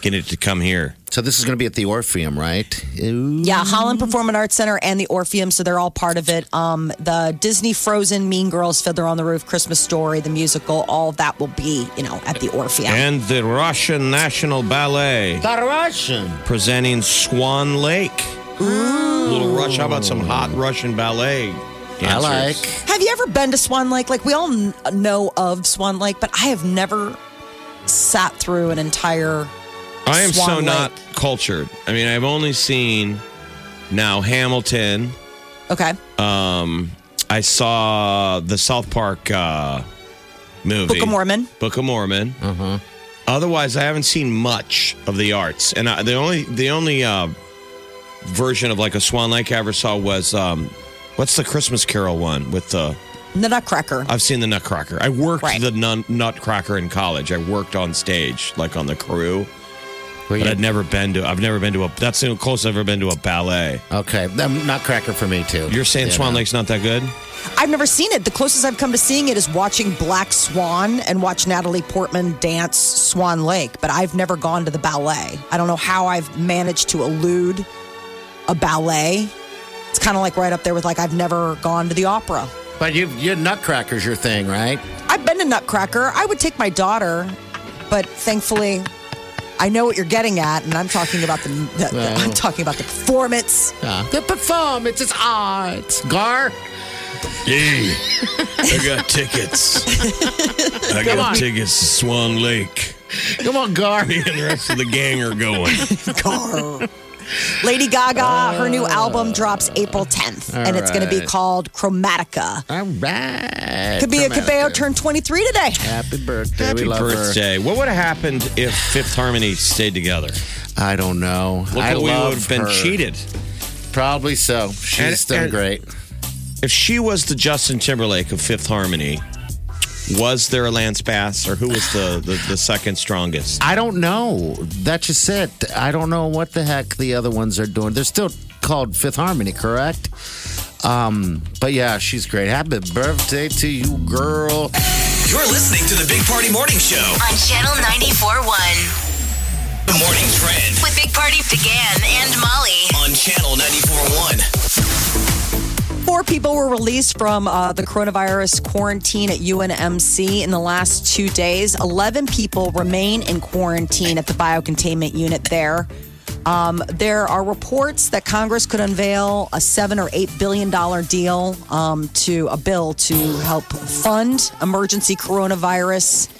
getting it to come here. So this is going to be at the Orpheum, right? Ooh. Yeah, Holland Performing Arts Center and the Orpheum, so they're all part of it. Um, the Disney Frozen, Mean Girls, Fiddler on the Roof, Christmas Story, the musical, all of that will be, you know, at the Orpheum. And the Russian National Ballet The Russian. presenting Swan Lake. Little Rush. How about some hot Russian ballet? I dancers? like. have you ever been to Swan Lake? Like we all kn- know of Swan Lake, but I have never sat through an entire. I am so Swan not Lake. cultured. I mean, I've only seen now Hamilton. Okay, Um, I saw the South Park uh, movie, Book of Mormon. Mm-hmm. Book of Mormon. Otherwise, I haven't seen much of the arts, and I, the only the only uh, version of like a Swan Lake I ever saw was um, what's the Christmas Carol one with the The Nutcracker. I've seen the Nutcracker. I worked Right. the nun, Nutcracker in college. I worked on stage, like on the crew, Well, but you- I'd never been to. I've never been to a. That's the closest I've ever been to a ballet. Okay, um, Nutcracker for me too. You're saying You Swan know. Lake's not that good? I've never seen it. The closest I've come to seeing it is watching Black Swan and watch Natalie Portman dance Swan Lake, but I've never gone to the ballet. I don't know how I've managed to elude a ballet. It's kind of like right up there with like I've never gone to the opera. But you, you Nutcracker's your thing, right? I've been to Nutcracker. I would take my daughter, but thankfully I know what you're getting at and I'm talking about the, the- the- I'm talking about the performance. Yeah. The performance is art. Gar, Yeah. I got tickets. I Come on. got tickets to Swan Lake. come on, Gar. Me and the rest of the gang are going. Gar. Lady Gaga, her new album drops April 10th, and it's going to be right. called Chromatica. All right. Could be a Come out Cabello there. turned 23 today. Happy birthday. Happy we love birthday. What would have happened if Fifth Harmony stayed together? Her. I don't know. Look I what we love would have been her. cheated. Probably so. She's And- done and- great. If she was the Justin Timberlake of Fifth Harmony, Was there a Lance Bass, or who was the, the, the second strongest? I don't know. That's just it. I don't know what the heck the other ones are doing. They're still called Fifth Harmony, correct? Um, but yeah, she's great. Happy birthday to you, girl. You're listening to the Big Party Morning Show. on Channel 94.1 The morning trend with Big Party began and Molly. on Channel 94.1. Four people were released from uh, the coronavirus quarantine at UNMC in the last two days. 11 people remain in quarantine at the biocontainment unit there. Um, there are reports that Congress could unveil a seven or eight billion dollar deal um, to a bill to help fund emergency coronavirus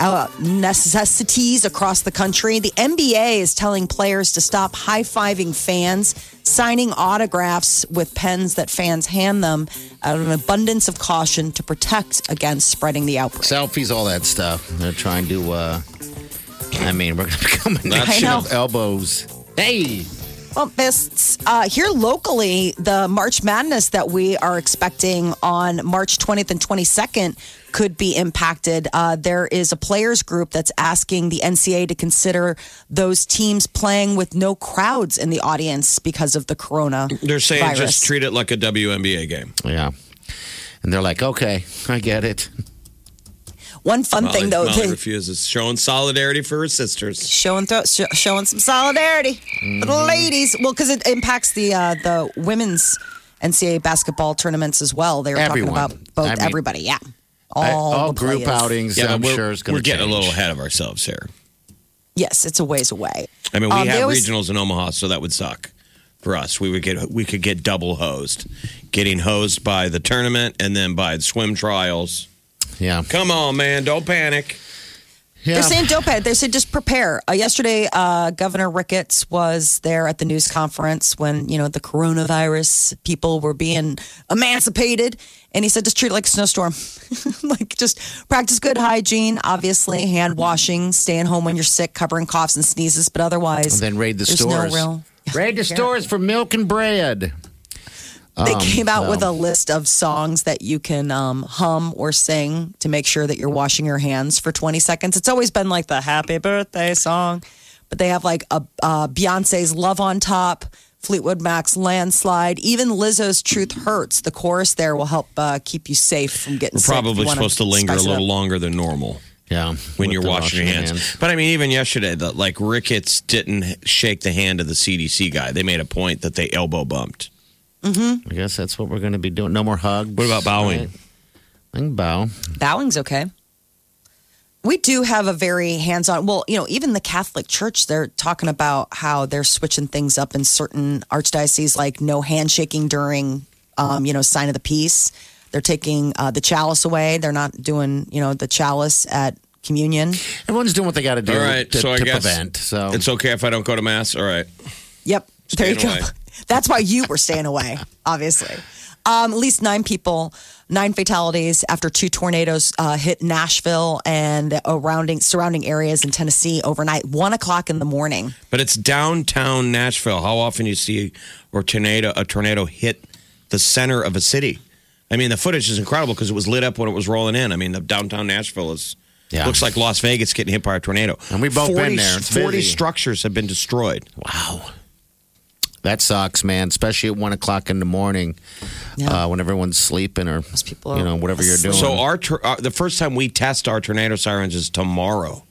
uh, necessities across the country. The NBA is telling players to stop high fiving fans, signing autographs with pens that fans hand them out of an abundance of caution to protect against spreading the outbreak. Selfies, all that stuff. They're trying to, uh, I mean, we're going to become a nation I know. of elbows. Hey, Well, this uh, here locally, the March Madness that we are expecting on March 20th and 22nd could be impacted. Uh, there is a players group that's asking the NCAA to consider those teams playing with no crowds in the audience because of the corona. They're saying virus. just treat it like a WNBA game. yeah. And they're like, okay, I get it. One fun Molly, thing though, Molly they- refuses showing solidarity for her sisters. showing thro- sh- showing some solidarity for Mm-hmm. the ladies. Well, because it impacts the uh, the women's NCAA basketball tournaments as well. They were Everyone. talking about both I mean- everybody. Yeah, I- all, all the group players. outings, but I'm we're, sure, is going we're to getting a little ahead of ourselves here. Yes, it's a ways away. I mean, we Um, they have always- regionals in Omaha, so that would suck for us. We would get we could get double hosed, getting hosed by the tournament and then by swim trials. Yeah. Come on, man, don't panic. yeah. They're saying dope head. They said just prepare. Uh, yesterday, uh, Governor Ricketts was there at the news conference when you know the coronavirus people were being emancipated, and he said just treat it like a snowstorm, like just practice good hygiene, obviously hand washing, staying home when you're sick, covering coughs and sneezes, but otherwise, then raid the there's stores. No real. Raid the stores for milk and bread. Um, They came out with a list of songs that you can um, hum or sing to make sure that you're washing your hands for 20 seconds. It's always been like the happy birthday song, but they have like a uh, Beyonce's Love on Top, Fleetwood Mac's Landslide, even Lizzo's Truth Hurts. The chorus there will help uh, keep you safe from getting We're sick. probably You wanna supposed to linger a spice it little up. longer than normal Yeah. when with you're the washing your hands. But I mean, even yesterday, the, like Ricketts didn't shake the hand of the CDC guy. They made a point that they elbow bumped. I guess that's what we're going to be doing. No more hugs. What about bowing? right? I can bow. Bowing's okay. We do have a very hands on, well, you know, even the Catholic Church, they're talking about how they're switching things up in certain archdioceses, like no handshaking during, um, you know, sign of the peace. They're taking uh, the chalice away. They're not doing, you know, the chalice at communion. Everyone's doing what they got to do All right, to, so I to guess prevent. So It's okay if I don't go to mass. All right. Yep. There you Staying go. away. That's why you were staying away, obviously. Um, at least nine people, nine fatalities after two tornadoes uh, hit Nashville and surrounding surrounding areas in Tennessee overnight, one o'clock in the morning. But it's downtown Nashville. How often you see or tornado a tornado hit the center of a city? I mean, the footage is incredible because it was lit up when it was rolling in. I mean, the downtown Nashville is Yeah. looks like Las Vegas getting hit by a tornado. And we've both been there. It's Forty busy. structures have been destroyed. wow, that sucks, man. Especially at one o'clock in the morning, Yeah. uh, when everyone's sleeping or people you are know whatever you're doing. asleep. So our, tor- our the first time we test our tornado sirens is tomorrow.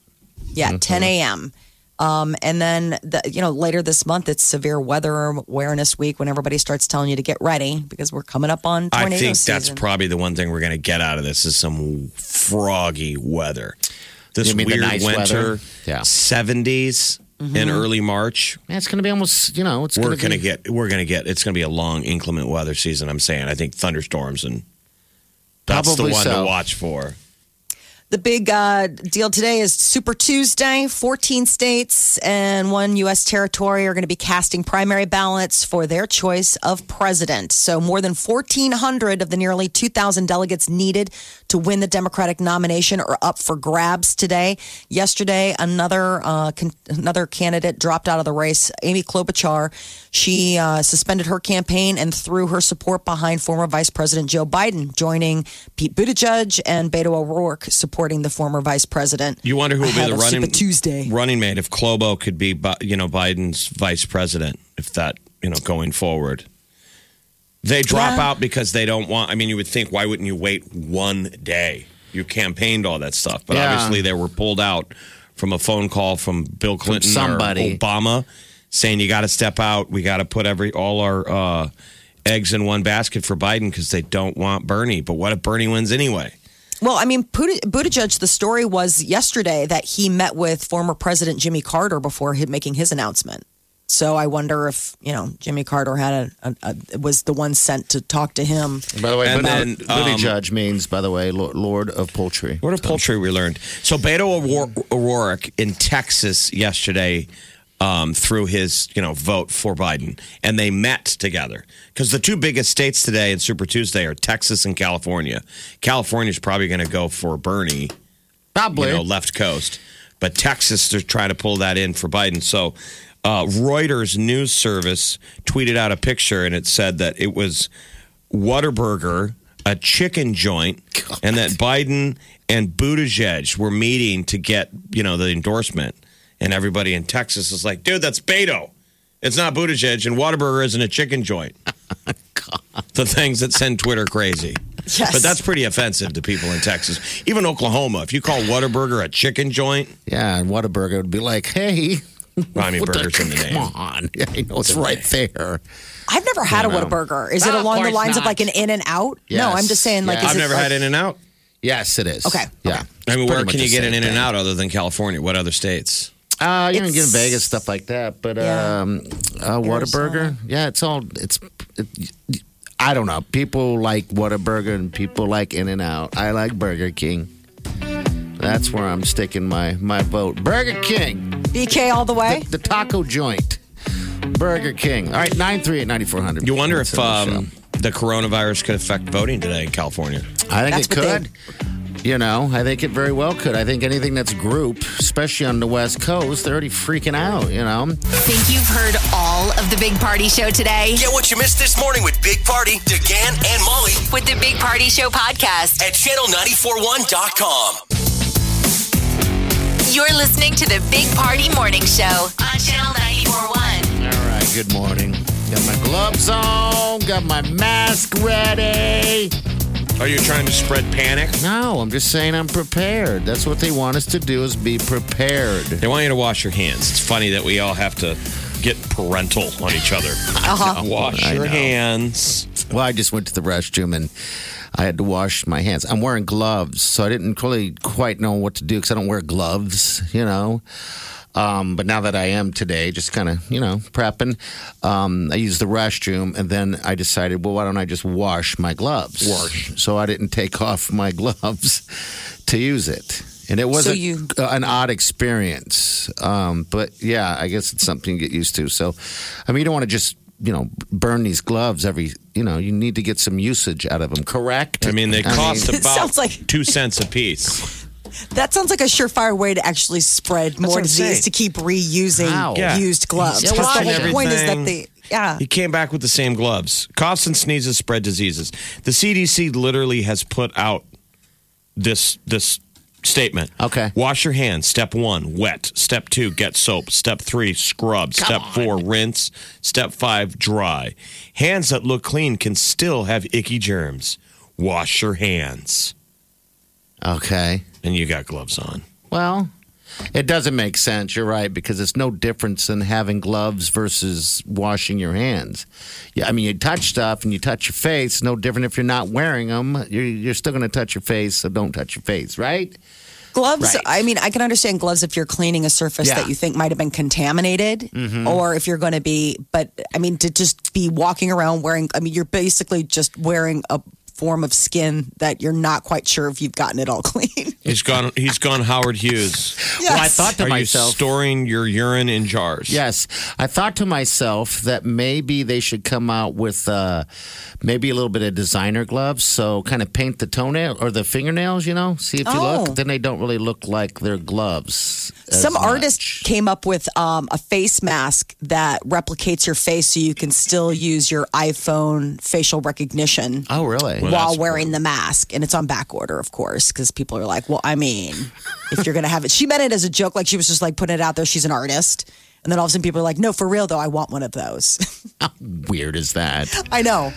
Yeah, Mm-hmm. 10 a.m. Um, and then, the, you know, later this month, it's Severe Weather Awareness Week when everybody starts telling you to get ready because we're coming up on I tornado think season. that's probably the one thing we're going to get out of this is some froggy weather. This You mean the weird nice winter, weather? Yeah. 70s in early March. Man, it's gonna be almost you know Mm-hmm. it's we're gonna gonna be- get we're gonna get it's gonna be a long inclement weather season. I'm saying I think thunderstorms and that's Probably the one so. to watch for. The big uh, deal today is Super Tuesday. 14 states and one U.S. territory are going to be casting primary ballots for their choice of president. So, more than 1,400 of the nearly 2,000 delegates needed to win the Democratic nomination are up for grabs today. Yesterday, another uh, con- another candidate dropped out of the race. Amy Klobuchar, she uh, suspended her campaign and threw her support behind former Vice President Joe Biden, joining Pete Buttigieg and Beto O'Rourke supporting the former Vice President. You wonder who will be ahead the of running Super Tuesday. running mate if Clobo could be, Bi- you know, Biden's vice president. If that, you know, going forward, they drop out because they don't want. I mean, you would think why wouldn't you wait one day? You campaigned all that stuff, but Yeah. obviously they were pulled out from a phone call from Bill Clinton somebody. or Obama saying you got to step out. We got to put every all our uh, eggs in one basket for Biden because they don't want Bernie. But what if Bernie wins anyway? Well, I mean, Buttig- Buttigieg, the story was yesterday that he met with former President Jimmy Carter before hi- making his announcement. So I wonder if, you know, Jimmy Carter had a, a, a was the one sent to talk to him. By the way, And but then, um, Buttigieg means, by the way, lo- Lord of Poultry. What a poultry we learned. So Beto O'Rour- O'Rourke in Texas yesterday um, threw his you know vote for Biden, and they met together because the two biggest states today in Super Tuesday are Texas and California. California's probably going to go for Bernie, Probably. you know, left coast. But Texas, they're trying to pull that in for Biden. So uh, Reuters news service tweeted out a picture, and it said that it was Whataburger, a chicken joint, and that Biden and Buttigieg were meeting to get you know the endorsement. And everybody in Texas is like, dude, that's Beto. It's not Buttigieg, and Whataburger isn't a chicken joint. The things that send Twitter crazy. Yes. But that's pretty offensive to people in Texas. Even Oklahoma, if you call Whataburger a chicken joint, yeah, and Whataburger would be like, hey. I mean, what burgers in the name. Come on. Yeah, I know it's right there. I've never had a know. Whataburger. Is it Ah, of along the course lines of not. like an in and out? No, Yes. I'm just saying like Yeah. is I've it never had like- In and Out. Yes, it is. Okay, Yeah. I mean, It's where pretty can much you the get an same In and thing. Out other than California? What other states? Uh, you can get in It's- Vegas stuff like that, but Yeah. um, uh, Whataburger, yeah, it's all it's. It, I don't know. People like Whataburger and people like In and Out. I like Burger King. That's where I'm sticking my my vote. Burger King, BK all the way? the taco joint. Burger King. All right, nine three eight ninety four hundred. You wonder if um, the coronavirus could affect voting today in California. I think That's it what could. You know, I think it very well could. I think anything that's group, especially on the West Coast, they're already freaking out. You know. Think you've heard all of the Big Party Show today? Get what you missed this morning with Big Party, DeGan, and Molly With the Big Party Show podcast, at channel941.com. you're listening to the Big Party Morning Show on Channel 941. All right, good morning. Got my gloves on, got my mask ready. Are you trying to spread panic? No, I'm just saying I'm prepared. That's what they want us to do is be prepared. They want you to wash your hands. It's funny that we all have to get parental on each other. Uh-huh. Wash I your know. hands. Well, I just went to the restroom and I had to wash my hands. I'm wearing gloves, so I didn't really quite know what to do because I don't wear gloves, you know. Um, but now that I am today, just kind of, you know, prepping, um, I used the restroom and then I decided, well, why don't I just wash my gloves? Wash. So I didn't take off my gloves to use it. And it wasn't you- uh, an odd experience. Um, but yeah, I guess it's something you get used to. So, I mean, you don't want to just, you know, burn these gloves every, you know, you need to get some usage out of them, correct? I mean, they cost mean- It about sounds like- two cents a piece. That sounds like a surefire way to actually spread more what I'm disease saying. to keep reusing How? Yeah. used gloves. Yeah, 'Cause why? the whole point is that Everything. they yeah. He came back with the same gloves. Coughs and sneezes spread diseases. The CDC literally has put out this this statement. Okay. Wash your hands. Step one, wet. Step two, get soap. Step three, scrub. Step four, rinse. Step five, dry. Hands that look clean can still have icky germs. Wash your hands. Okay. And you got gloves on. Well, it doesn't make sense. You're right because it's no difference in having gloves versus washing your hands. Yeah, I mean, you touch stuff and you touch your face. No different if you're not wearing them. You're, you're still going to touch your face, so don't touch your face, right? Gloves, Right. I mean, I can understand gloves if you're cleaning a surface Yeah. Mm-hmm. that you think might have been contaminated or if you're going to be, but I mean, to just be walking around wearing, I mean, you're basically just wearing a form of skin that you're not quite sure if you've gotten it all clean. He's gone. He's gone. Howard Hughes. Well, I thought to Are you myself, storing your urine in jars? yes, I thought to myself that maybe they should come out with uh, maybe a little bit of designer gloves. So kind of paint the toenail or the fingernails, you know, see if you Oh. look. Then they don't really look like their gloves. as Some much. artist came up with um, a face mask that replicates your face so you can still use your iPhone facial recognition Oh, really? Well, while that's wearing the mask. And it's on back order, of course, because people are like, well, I mean, if you're going to have it. She meant it as a joke. Like she was just like putting it out there. She's an artist. And then all of a sudden people are like, no, for real, though, I want one of those. How weird is that? I know.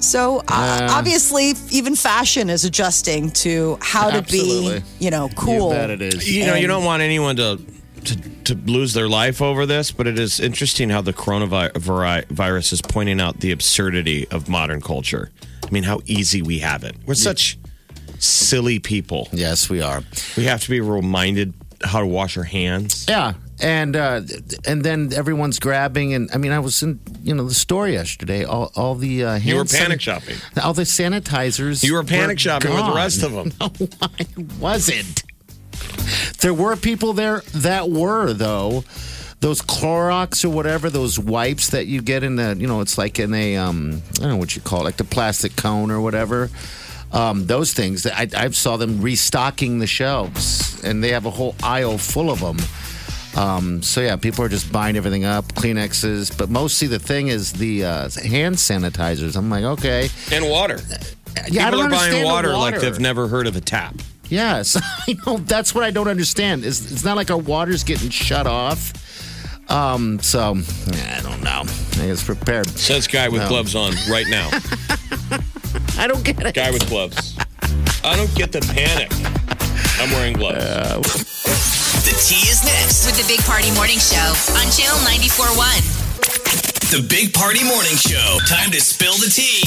So uh, obviously, even fashion is adjusting to how to Absolutely. be, you know, cool. You bet it is. You know, you And- don't want anyone to, to to lose their life over this, but it is interesting how the coronavirus is pointing out the absurdity of modern culture. I mean, how easy we have it. We're such silly people. Yes, we are. We have to be reminded how to wash our hands. Yeah, and uh, and then everyone's grabbing, and I mean, I was in you know the store yesterday. All all the uh, hand You were san- panic shopping. All the sanitizers. You were panic shopping with the gone. rest of them. No, I wasn't. There were people there that were though. Those Clorox or whatever, those wipes that you get in the, you know, it's like in a, um, I don't know what you call it, like the plastic cone or whatever. Um, those things that I, I saw them restocking the shelves, and they have a whole aisle full of them. Um, so yeah, people are just buying everything up, Kleenexes, but mostly the thing is the uh, hand sanitizers. I'm like, okay, And water. yeah, People I are don't buying understand the water, like water. they've never heard of a tap. Yes, I know. That's what I don't understand. Is it's not like our water's getting shut off. Um, so I don't know. I guess prepared. Says guy with gloves on right now. I don't get it. guy with gloves. I don't get the panic. I'm wearing gloves. The tea is next. With the Big Party Morning Show on Channel 94.1. The Big Party Morning Show. Time to spill the tea.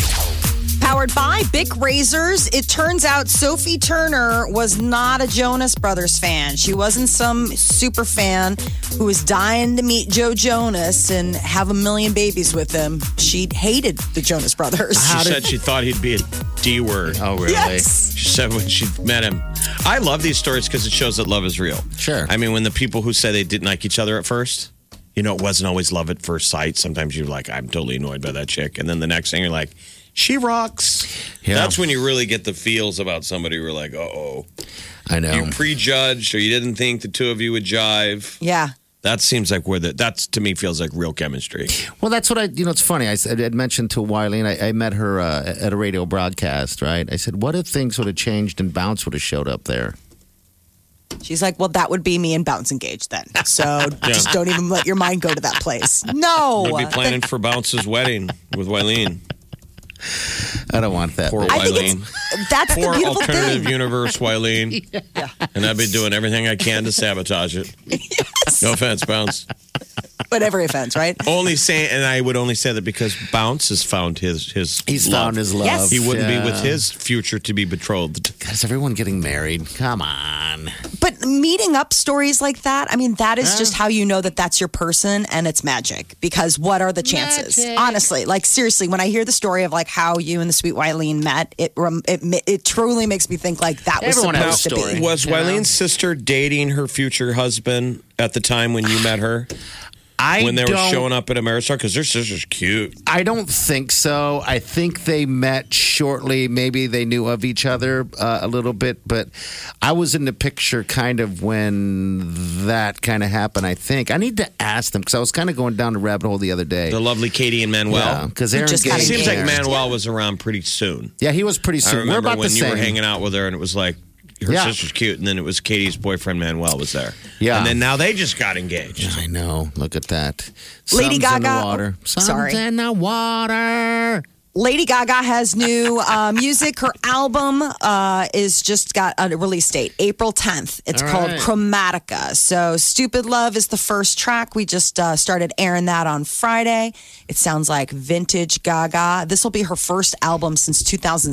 Powered by Bic Razors. It turns out Sophie Turner was not a Jonas Brothers fan. She wasn't some super fan who was dying to meet Joe Jonas and have a million babies with him. She hated the Jonas Brothers. She said she thought he'd be a D word. Oh really? Yes. She said when she met him. I love these stories because it shows that love is real. Sure. I mean, when the people who say they didn't like each other at first, you know, it wasn't always love at first sight. Sometimes you're like, I'm totally annoyed by that chick. And then the next thing you're like, she rocks. Yeah. That's when you really get the feels about somebody. We're like, uh oh. I know. You prejudged or you didn't think the two of you would jive. Yeah. That seems like where the, that's to me feels like real chemistry. Well, that's what I, you know, it's funny. I, s- I had mentioned to Wileen, I, I met her uh, at a radio broadcast, right? I said, what if things would have changed and Bounce would have showed up there? She's like, well, that would be me and Bounce Engage then. So just don't even let your mind go to that place. No. We'd be planning for Bounce's wedding with Wileen. I don't want that. Poor baby. I think Wileen. it's, that's the Poor beautiful alternative thing. universe, Wileen. And I've been doing everything I can to sabotage it. No offense, Bounce. Whatever offense, right? Only say, and I would only say that because Bounce has found his his. He's love. found his love. Yes. He wouldn't be with Yeah. his future to be betrothed. Is everyone getting married? Come on. But meeting up stories like that, I mean, that is just how you know that that's your person and it's magic because what are the chances? Honestly, like seriously, when I hear the story of like how you and the sweet Wileen met, it rem- it ma- it truly makes me think like that was Everyone has supposed a to story. be. Was Wileen's sister dating her future husband at the time when you met her? I when they were don't- showing up at Ameristar? Because their sister's cute. I don't think so. I think they met shortly. Maybe they knew of each other uh, a little bit, but I was in the picture kind of when that kind of happened. I think I need to ask them because I was kind of going down the rabbit hole the other day. The lovely Katie and Manuel. because Aaron just got It Gay- seems like Yeah. Manuel was around pretty soon. Yeah, he was pretty. I Soon. We're remember about when the you same. were hanging out with her, and it was like her Yeah. sister's cute, and then it was Katie's boyfriend Manuel was there. Yeah. and then now they just got engaged. I know. Look at that. Lady Sun's in the Gaga- water. oh, Sun's sorry. in the water. Lady Gaga has new uh, music. Her album uh, is just got a release date, April 10th. It's All called right. Chromatica. So, Stupid Love is the first track. We just uh, started airing that on Friday. It sounds like vintage Gaga. This will be her first album since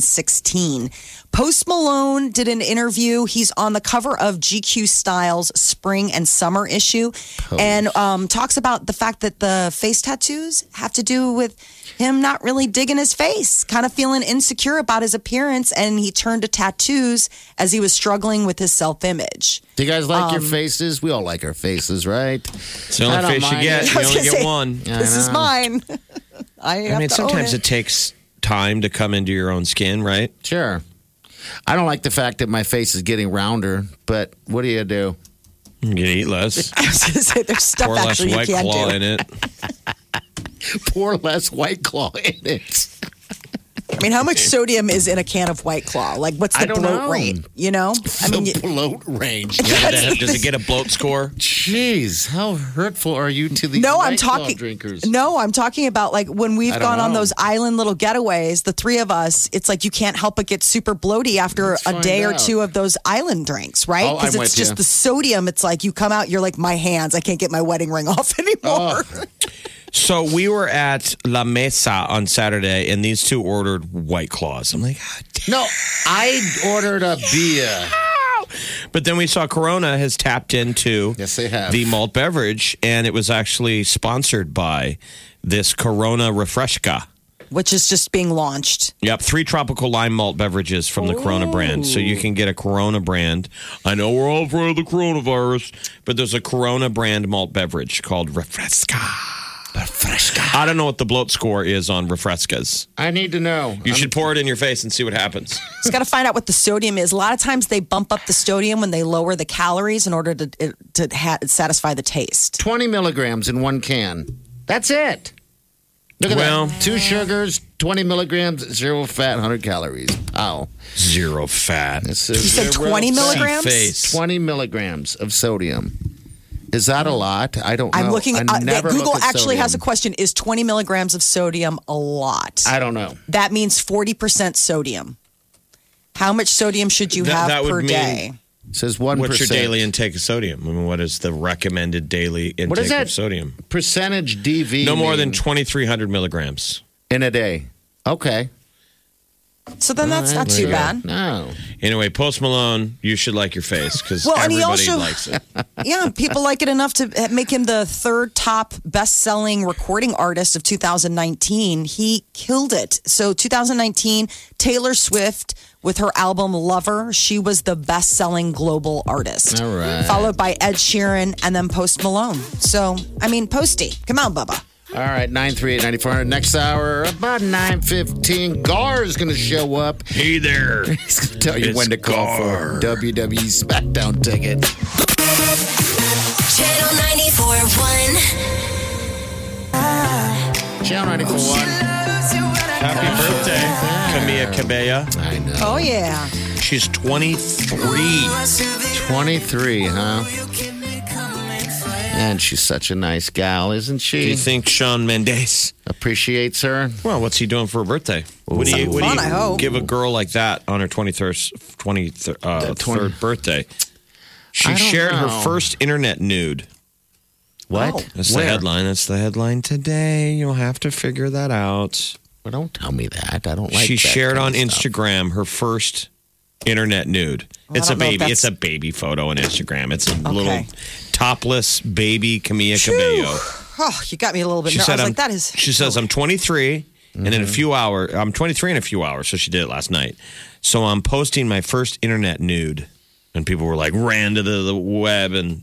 2016. Post Malone did an interview. He's on the cover of GQ Style's spring and summer issue and um, talks about the fact that the face tattoos have to do with him not really digging his his face, kind of feeling insecure about his appearance, and he turned to tattoos as he was struggling with his self image. Do you guys Um, like your faces? We all like our faces, right? It's the only face you get. You only get one. I This is know. mine. I, have I mean, to own sometimes it. it takes time to come into your own skin, right? Sure. I don't like the fact that my face is getting rounder, but what do you do? You can eat less, I was going to say there's stuff pour less actually you white can claw do. in it. Pour less white claw in it. I mean, how much sodium is in a can of White Claw? Like, what's I the don't bloat know. rate? You know, I mean, the bloat range. Does it get a bloat score? Jeez, how hurtful are you to these no, I'm White Claw talking. drinkers? No, I'm talking about like when we've I don't gone on know. those island little getaways. The three of us, it's like you can't help but get super bloaty after Let's a find day or out. two of those island drinks, right? Oh, I'm Because it's with just you. the sodium. It's like you come out, you're like, my hands, I can't get my wedding ring off anymore. So we were at La Mesa on Saturday, and these two ordered White Claws. I'm like, "Ah, damn." No, I ordered a beer. but then we saw Corona has tapped into Yes, they have. the malt beverage, and it was actually sponsored by this Corona Refresca. Which is just being launched. Yep, three tropical lime malt beverages from the Corona brand. So you can get a Corona brand. I know we're all afraid of the coronavirus, but there's a Corona brand malt beverage called Refresca. Refresca. I don't know what the bloat score is on Refrescas. I need to know. You should pour it in your face and see what happens. Just got to find out what the sodium is. A lot of times they bump up the sodium when they lower the calories in order to it- to ha- satisfy the taste. 20 milligrams in one can. That's it. Look at Well- that. Two sugars, 20 milligrams, zero fat, 100 calories. Wow. Zero fat. This You is said zero 20 fat. milligrams. Face. 20 milligrams of sodium. Is that a lot? I don't know. I'm looking. I Uh, that never Google look at actually has a sodium. question: Is 20 milligrams of sodium a lot? I don't know. that means 40 percent sodium. How much sodium should you That- have that would per mean- day? It says 1%. What's your daily intake of sodium? I mean, what is the recommended daily intake What is that? of sodium? Percentage DV. No more mean than 2,300 milligrams. in a day. Okay. So then that's not too bad. No. Anyway, Post Malone, you should like your face because Well, and he everybody also- likes it. Yeah, people like it enough to uh, make him the third top best-selling recording artist of 2019. He killed it. So 2019, Taylor Swift with her album Lover, she was the best-selling global artist. All right. Followed by Ed Sheeran and then Post Malone. So, I mean, Posty, come on, Bubba. All right, 938-9400. Next hour, about 9.15, Gar is going to show up. Hey there. He's going to tell you It's when to call for a WWE SmackDown ticket. Channel 94.1. Channel 94.1. Happy birthday, Camilla Cabello. I know. Oh yeah. She's 23. 23, huh? And she's such a nice gal, isn't Do she? you think Sean Mendes? Appreciates her. Well, what's he doing for her birthday? What do you, what do Fun, you I hope. give a girl like that on her 23rd, 23rd uh, The 20 third birthday? She I don't shared know. her first internet nude. What? That's Oh, Where? the headline. That's the headline today. You'll have to figure that out. Well, don't tell me that. I don't like she that shared on kind of stuff. Instagram her first internet nude. it's a don't know if baby. that's- It's a baby photo on Instagram. It's a little topless baby Camilla Phew. Cabello. Oh, you got me a little bit. She nervous. I was said, I'm, like, that is. Mm-hmm. She says, I'm 23, and in a few hours, I'm 23 in a few hours. So she did it last night. So I'm posting my first internet nude, and people were like, ran to the, the web, and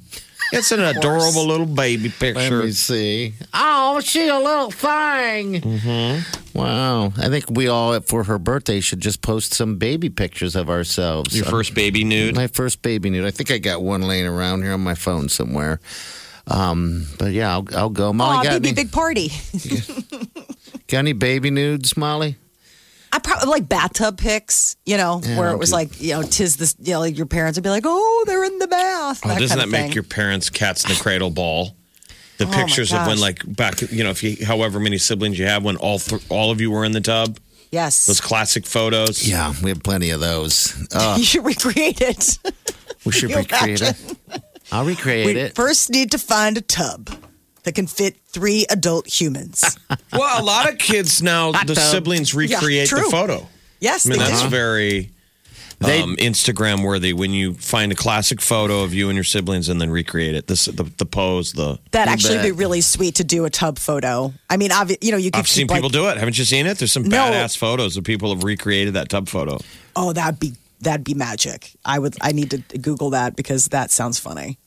it's an adorable little baby Let picture. me see. Oh, she a little thing. Mm-hmm. Wow. I think we all, for her birthday, should just post some baby pictures of ourselves. Uh, Your first baby nude. My first baby nude. I think I got one laying around here on my phone somewhere. Um, but yeah, I'll, I'll go. Molly, Oh, got, BB any, big party. got any baby nudes, Molly? I probably like bathtub pics, you know, Yeah, where I it was do. like, you know, tis this, you know, like your parents would be like, oh, they're in the bath. Oh, doesn't kind that of make thing. Oh, your parents cats in the cradle ball? The my pictures of when, gosh. like, back, you know, if you, however many siblings you have, when all th- all of you were in the tub, yes? those classic photos. Yeah, we have plenty of those. Uh, you should recreate it. we should you recreate it. I'll recreate we it. first need to find a tub that can fit three adult humans. Well, a lot of kids now, Hot the tub. siblings recreate the true. photo. yes, I mean, they that's do. very. They- um, Instagram worthy when you find a classic photo of you and your siblings and then recreate it. This the, the pose, the That'd actually be bet. really sweet to do a tub photo. I mean, obvi- you know, you could I've seen keep, like- people do it. Haven't you seen it? There's some No. badass photos of people have recreated that tub photo. Oh, that'd be that'd be magic. I would. I need to Google that because that sounds funny.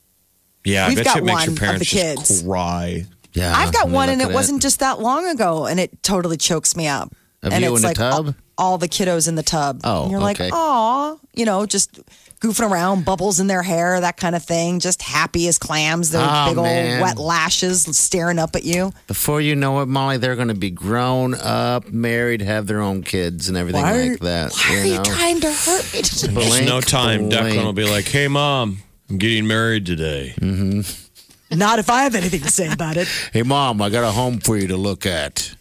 Yeah, We've I bet got you it one makes your of the parents kids. just cry. Yeah, I've got when they one, and look it at wasn't just that long ago, and it totally chokes me up. Of and you it's in a like all- tub? All, the kiddos in the tub. Oh, and you're okay. like, aw, you know, just goofing around, bubbles in their hair, that kind of thing. Just happy as clams, their Oh, big man. old wet lashes staring up at you. Before you know it, Molly, they're going to be grown up, married, have their own kids, and everything Why are- like that. Why are you you know? trying to hurt me? today? There's no Blink, time. Declan blink. will be like, "Hey, mom, I'm getting married today." Not if I have anything to say about it. Hey, mom, I got a home for you to look at.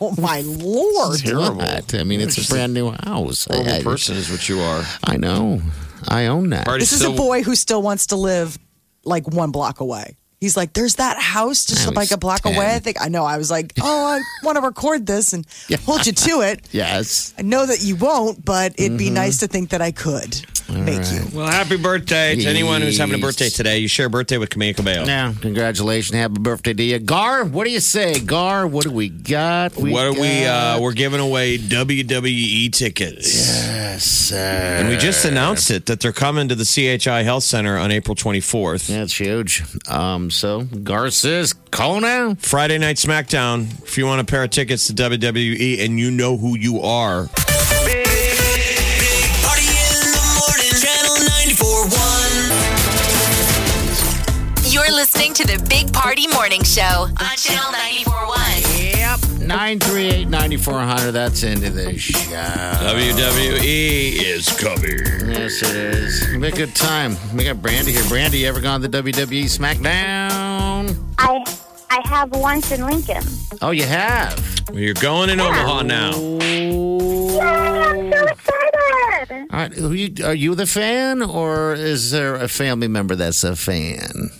Oh my lord! Terrible. What? I mean, it's a brand new house. Horrible I, I- person is what you are. I know. I own that. Already This is a still- boy who still wants to live like one block away. He's like, there's that house just I like was a block 10. away. I think I know. I was like, oh, I want to record this and hold you to it. Yes. I know that you won't, but it'd be nice to think that I could make you. Well, happy birthday to anyone who's having a birthday today. You share a birthday with Camille Cabello. Now, congratulations. Happy birthday to you. Gar, what do you say? Gar, what do we got? what are we? Uh, got- we're giving away WWE tickets, Yes. and uh, we just announced it that they're coming to the CHI Health Center on April 24th. That's huge. Um, so, Gar says, call now. Friday Night SmackDown. If you want a pair of tickets to WWE and you know who you are, Big Party in the morning, channel 941. You're listening to the Big Party Morning Show on Channel 941. Yep. 938 9400. That's into the show. WWE E is coming. Yes, it is. Have a good time. We got Brandy here. Brandy, you ever gone to the WWE SmackDown? I I have once in Lincoln. Oh, you have. You're going in Omaha now. Yay! Oh, I'm so excited. All right. Who you, are you the fan, or is there a family member that's a fan?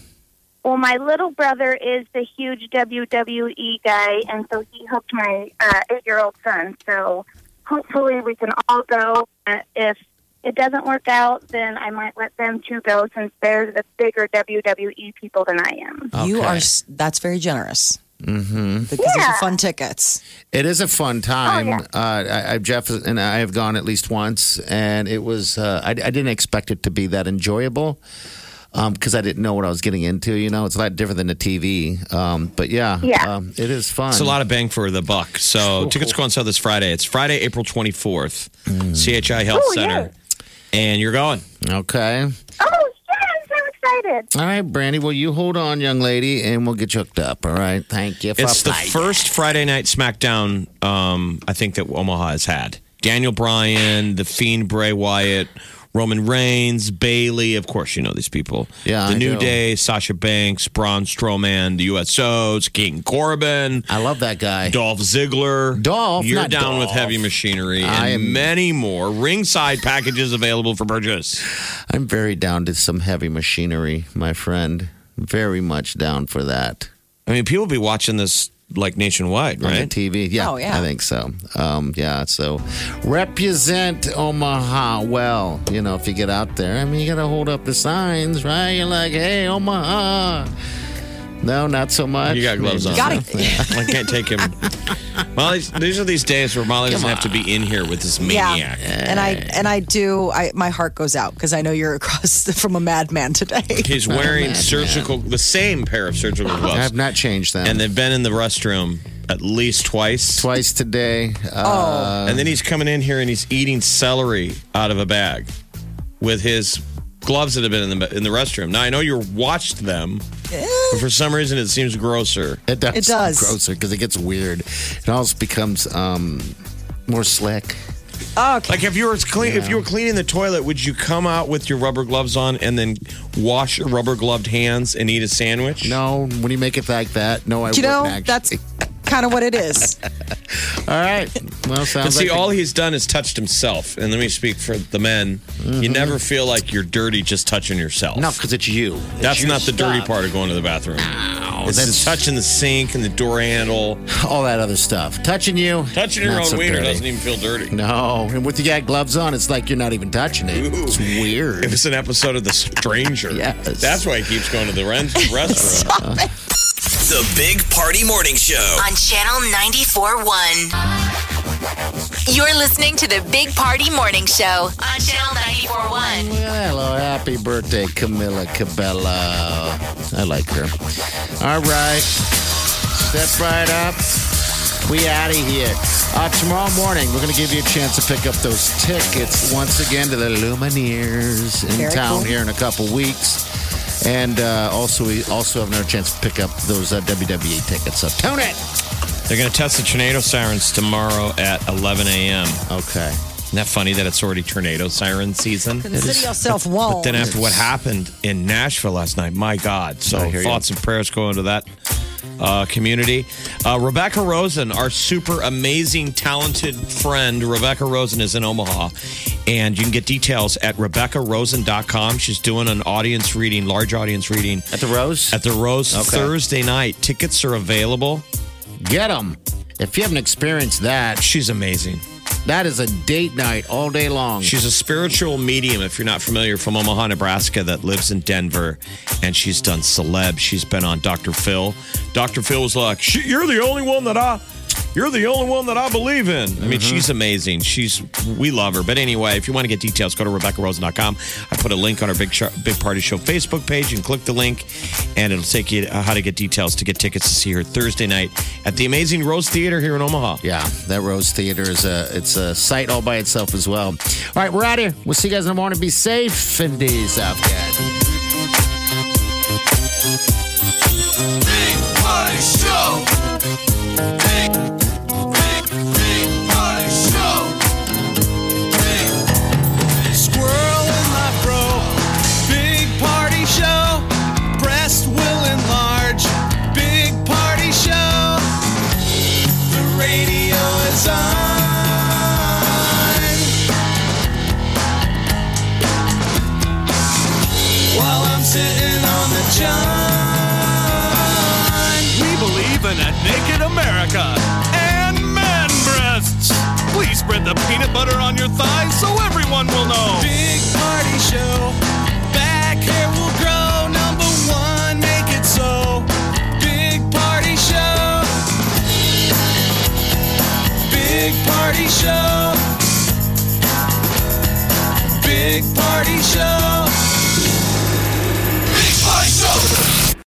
Well, my little brother is the huge WWE guy, and so he hooked my uh, eight-year-old son. So hopefully we can all go. Uh, if it doesn't work out, then I might let them two go since they're the bigger WWE people than I am. Uh. You Okay. are. s- That's very generous. Mm-hmm. Because these are Yeah. fun tickets. It is a fun time. Oh, yeah. uh, I, I, Jeff and I have gone at least once, and it was. Uh, I, I didn't expect it to be that enjoyable because I didn't know what I was getting into. You know, it's a lot different than the TV. Um, but yeah, Yeah. um, it is fun. It's a lot of bang for the buck. So tickets go on sale this Friday. It's Friday, April 24th, Hmm. CHI Health Oh, Center. And you're going. Okay. Oh yes, I'm excited. All right, Brandy. Well, you hold on, young lady, and we'll get you hooked up. All right. Thank you. for It's the playing. first Friday night SmackDown um, I think that Omaha has had. Daniel Bryan, The Fiend Bray Wyatt, Roman Reigns, Bailey. Of course, you know these people. Yeah, The I New do. Day, Sasha Banks, Braun Strowman, the USOs, King Corbin, I love that guy. Dolph Ziggler. Dolph, You're not down with Dolph. heavy machinery and I am- many more. Ringside packages available for purchase. I'm very down to some heavy machinery, my friend. Very much down for that. I mean, people be watching this like nationwide, On the right? TV. Yeah. Oh, yeah. I think so. Um, yeah. So represent Omaha well. You know, if you get out there, I mean, you got to hold up the signs, right? You're like, hey, Omaha. No, not so much. You got gloves on. Got huh? I can't take him. Molly, these are these days where Molly doesn't have to be in here with this maniac. And I and I do. I my heart goes out because I know you're across the- from a madman today. He's wearing surgical, the same pair of surgical I have gloves, not changed them. and they've been in the restroom at least twice. Twice today. Oh, Uh, And then he's coming in here and he's eating celery out of a bag with his gloves that have been in the in the restroom. Now I know you washed them, but for some reason it seems grosser. It does. It does. Grosser because it gets weird. It also becomes um, more slick. okay. Like if you were clean, if you were cleaning the toilet, would you come out with your rubber gloves on and then wash your rubber gloved hands and eat a sandwich? No, when you make it like that, no, you I wouldn't know actually. that's kind of what it is. all right. Well, But sounds see, like all he's done is touched himself. And let me speak for the men. You never feel like you're dirty just touching yourself. Mm-hmm. No, because it's you. That's your not the dirty stuff. part of going to the bathroom. it's that's- touching the sink and the door handle. all that other stuff. Touching you, Touching your not own so wiener dirty. doesn't even feel dirty. No, and with you got gloves on, it's like you're not even touching it. It's weird. If it's an episode of The Stranger, Yes. that's why he keeps going to the ren- restroom. The Big Party Morning Show. on Channel 94.1. You're listening to the Big Party Morning Show on Channel 94.1. Look at that. Hello, happy birthday, Camilla Cabello. I like her. All right. Step right up. We out of here. Uh, tomorrow morning, we're going to give you a chance to pick up those tickets once again to the Lumineers in Very town cool. here in a couple weeks. And uh, also, we also have another chance to pick up those uh, WWE tickets. So tune it. They're going to test the tornado sirens tomorrow at 11 a.m. Okay. Isn't that funny that it's already tornado siren season? Consider yourself warned. Oh. Then after what happened in Nashville last night, my God. So I hear you. thoughts and prayers go into that uh, community. Uh, Rebecca Rosen, our super amazing, talented friend, Rebecca Rosen is in Omaha. And you can get details at RebeccaRosen.com. She's doing an audience reading, large audience reading At the Rose? at the Rose Okay. Thursday night. Tickets are available. Get them. If you haven't experienced that, She's amazing. that is a date night all day long. She's a spiritual medium, if you're not familiar, from Omaha, Nebraska, that lives in Denver. And she's done celeb. She's been on Dr. Phil. Dr. Phil was like, "She- You're the only one that I. You're the only one that I believe in. I mean, she's amazing. She's we love her. But anyway, if you want to get details, go to RebeccaRosen.com. I put a link on our Big Char- Big Party Show Facebook page and click the link, and it'll take you uh, how to get details to get tickets to see her Thursday night at the Amazing Rose Theater here in Omaha. Yeah, that Rose Theater is a it's a site all by itself as well. All right, we're out of here. We'll see you guys in the morning. Be safe and be South Cat. Big Party Show. Big, big, big Party Show. Big. Squirrel in my bro. Big Party Show. Breast will enlarge. Big Party Show. The radio is on. While I'm sitting on the john. We believe in a naked America and man breasts. Please spread the peanut butter on your thighs so everyone will know. Big party show. Back hair will grow. Number one, make it so. Big party show. Big party show. Big party show.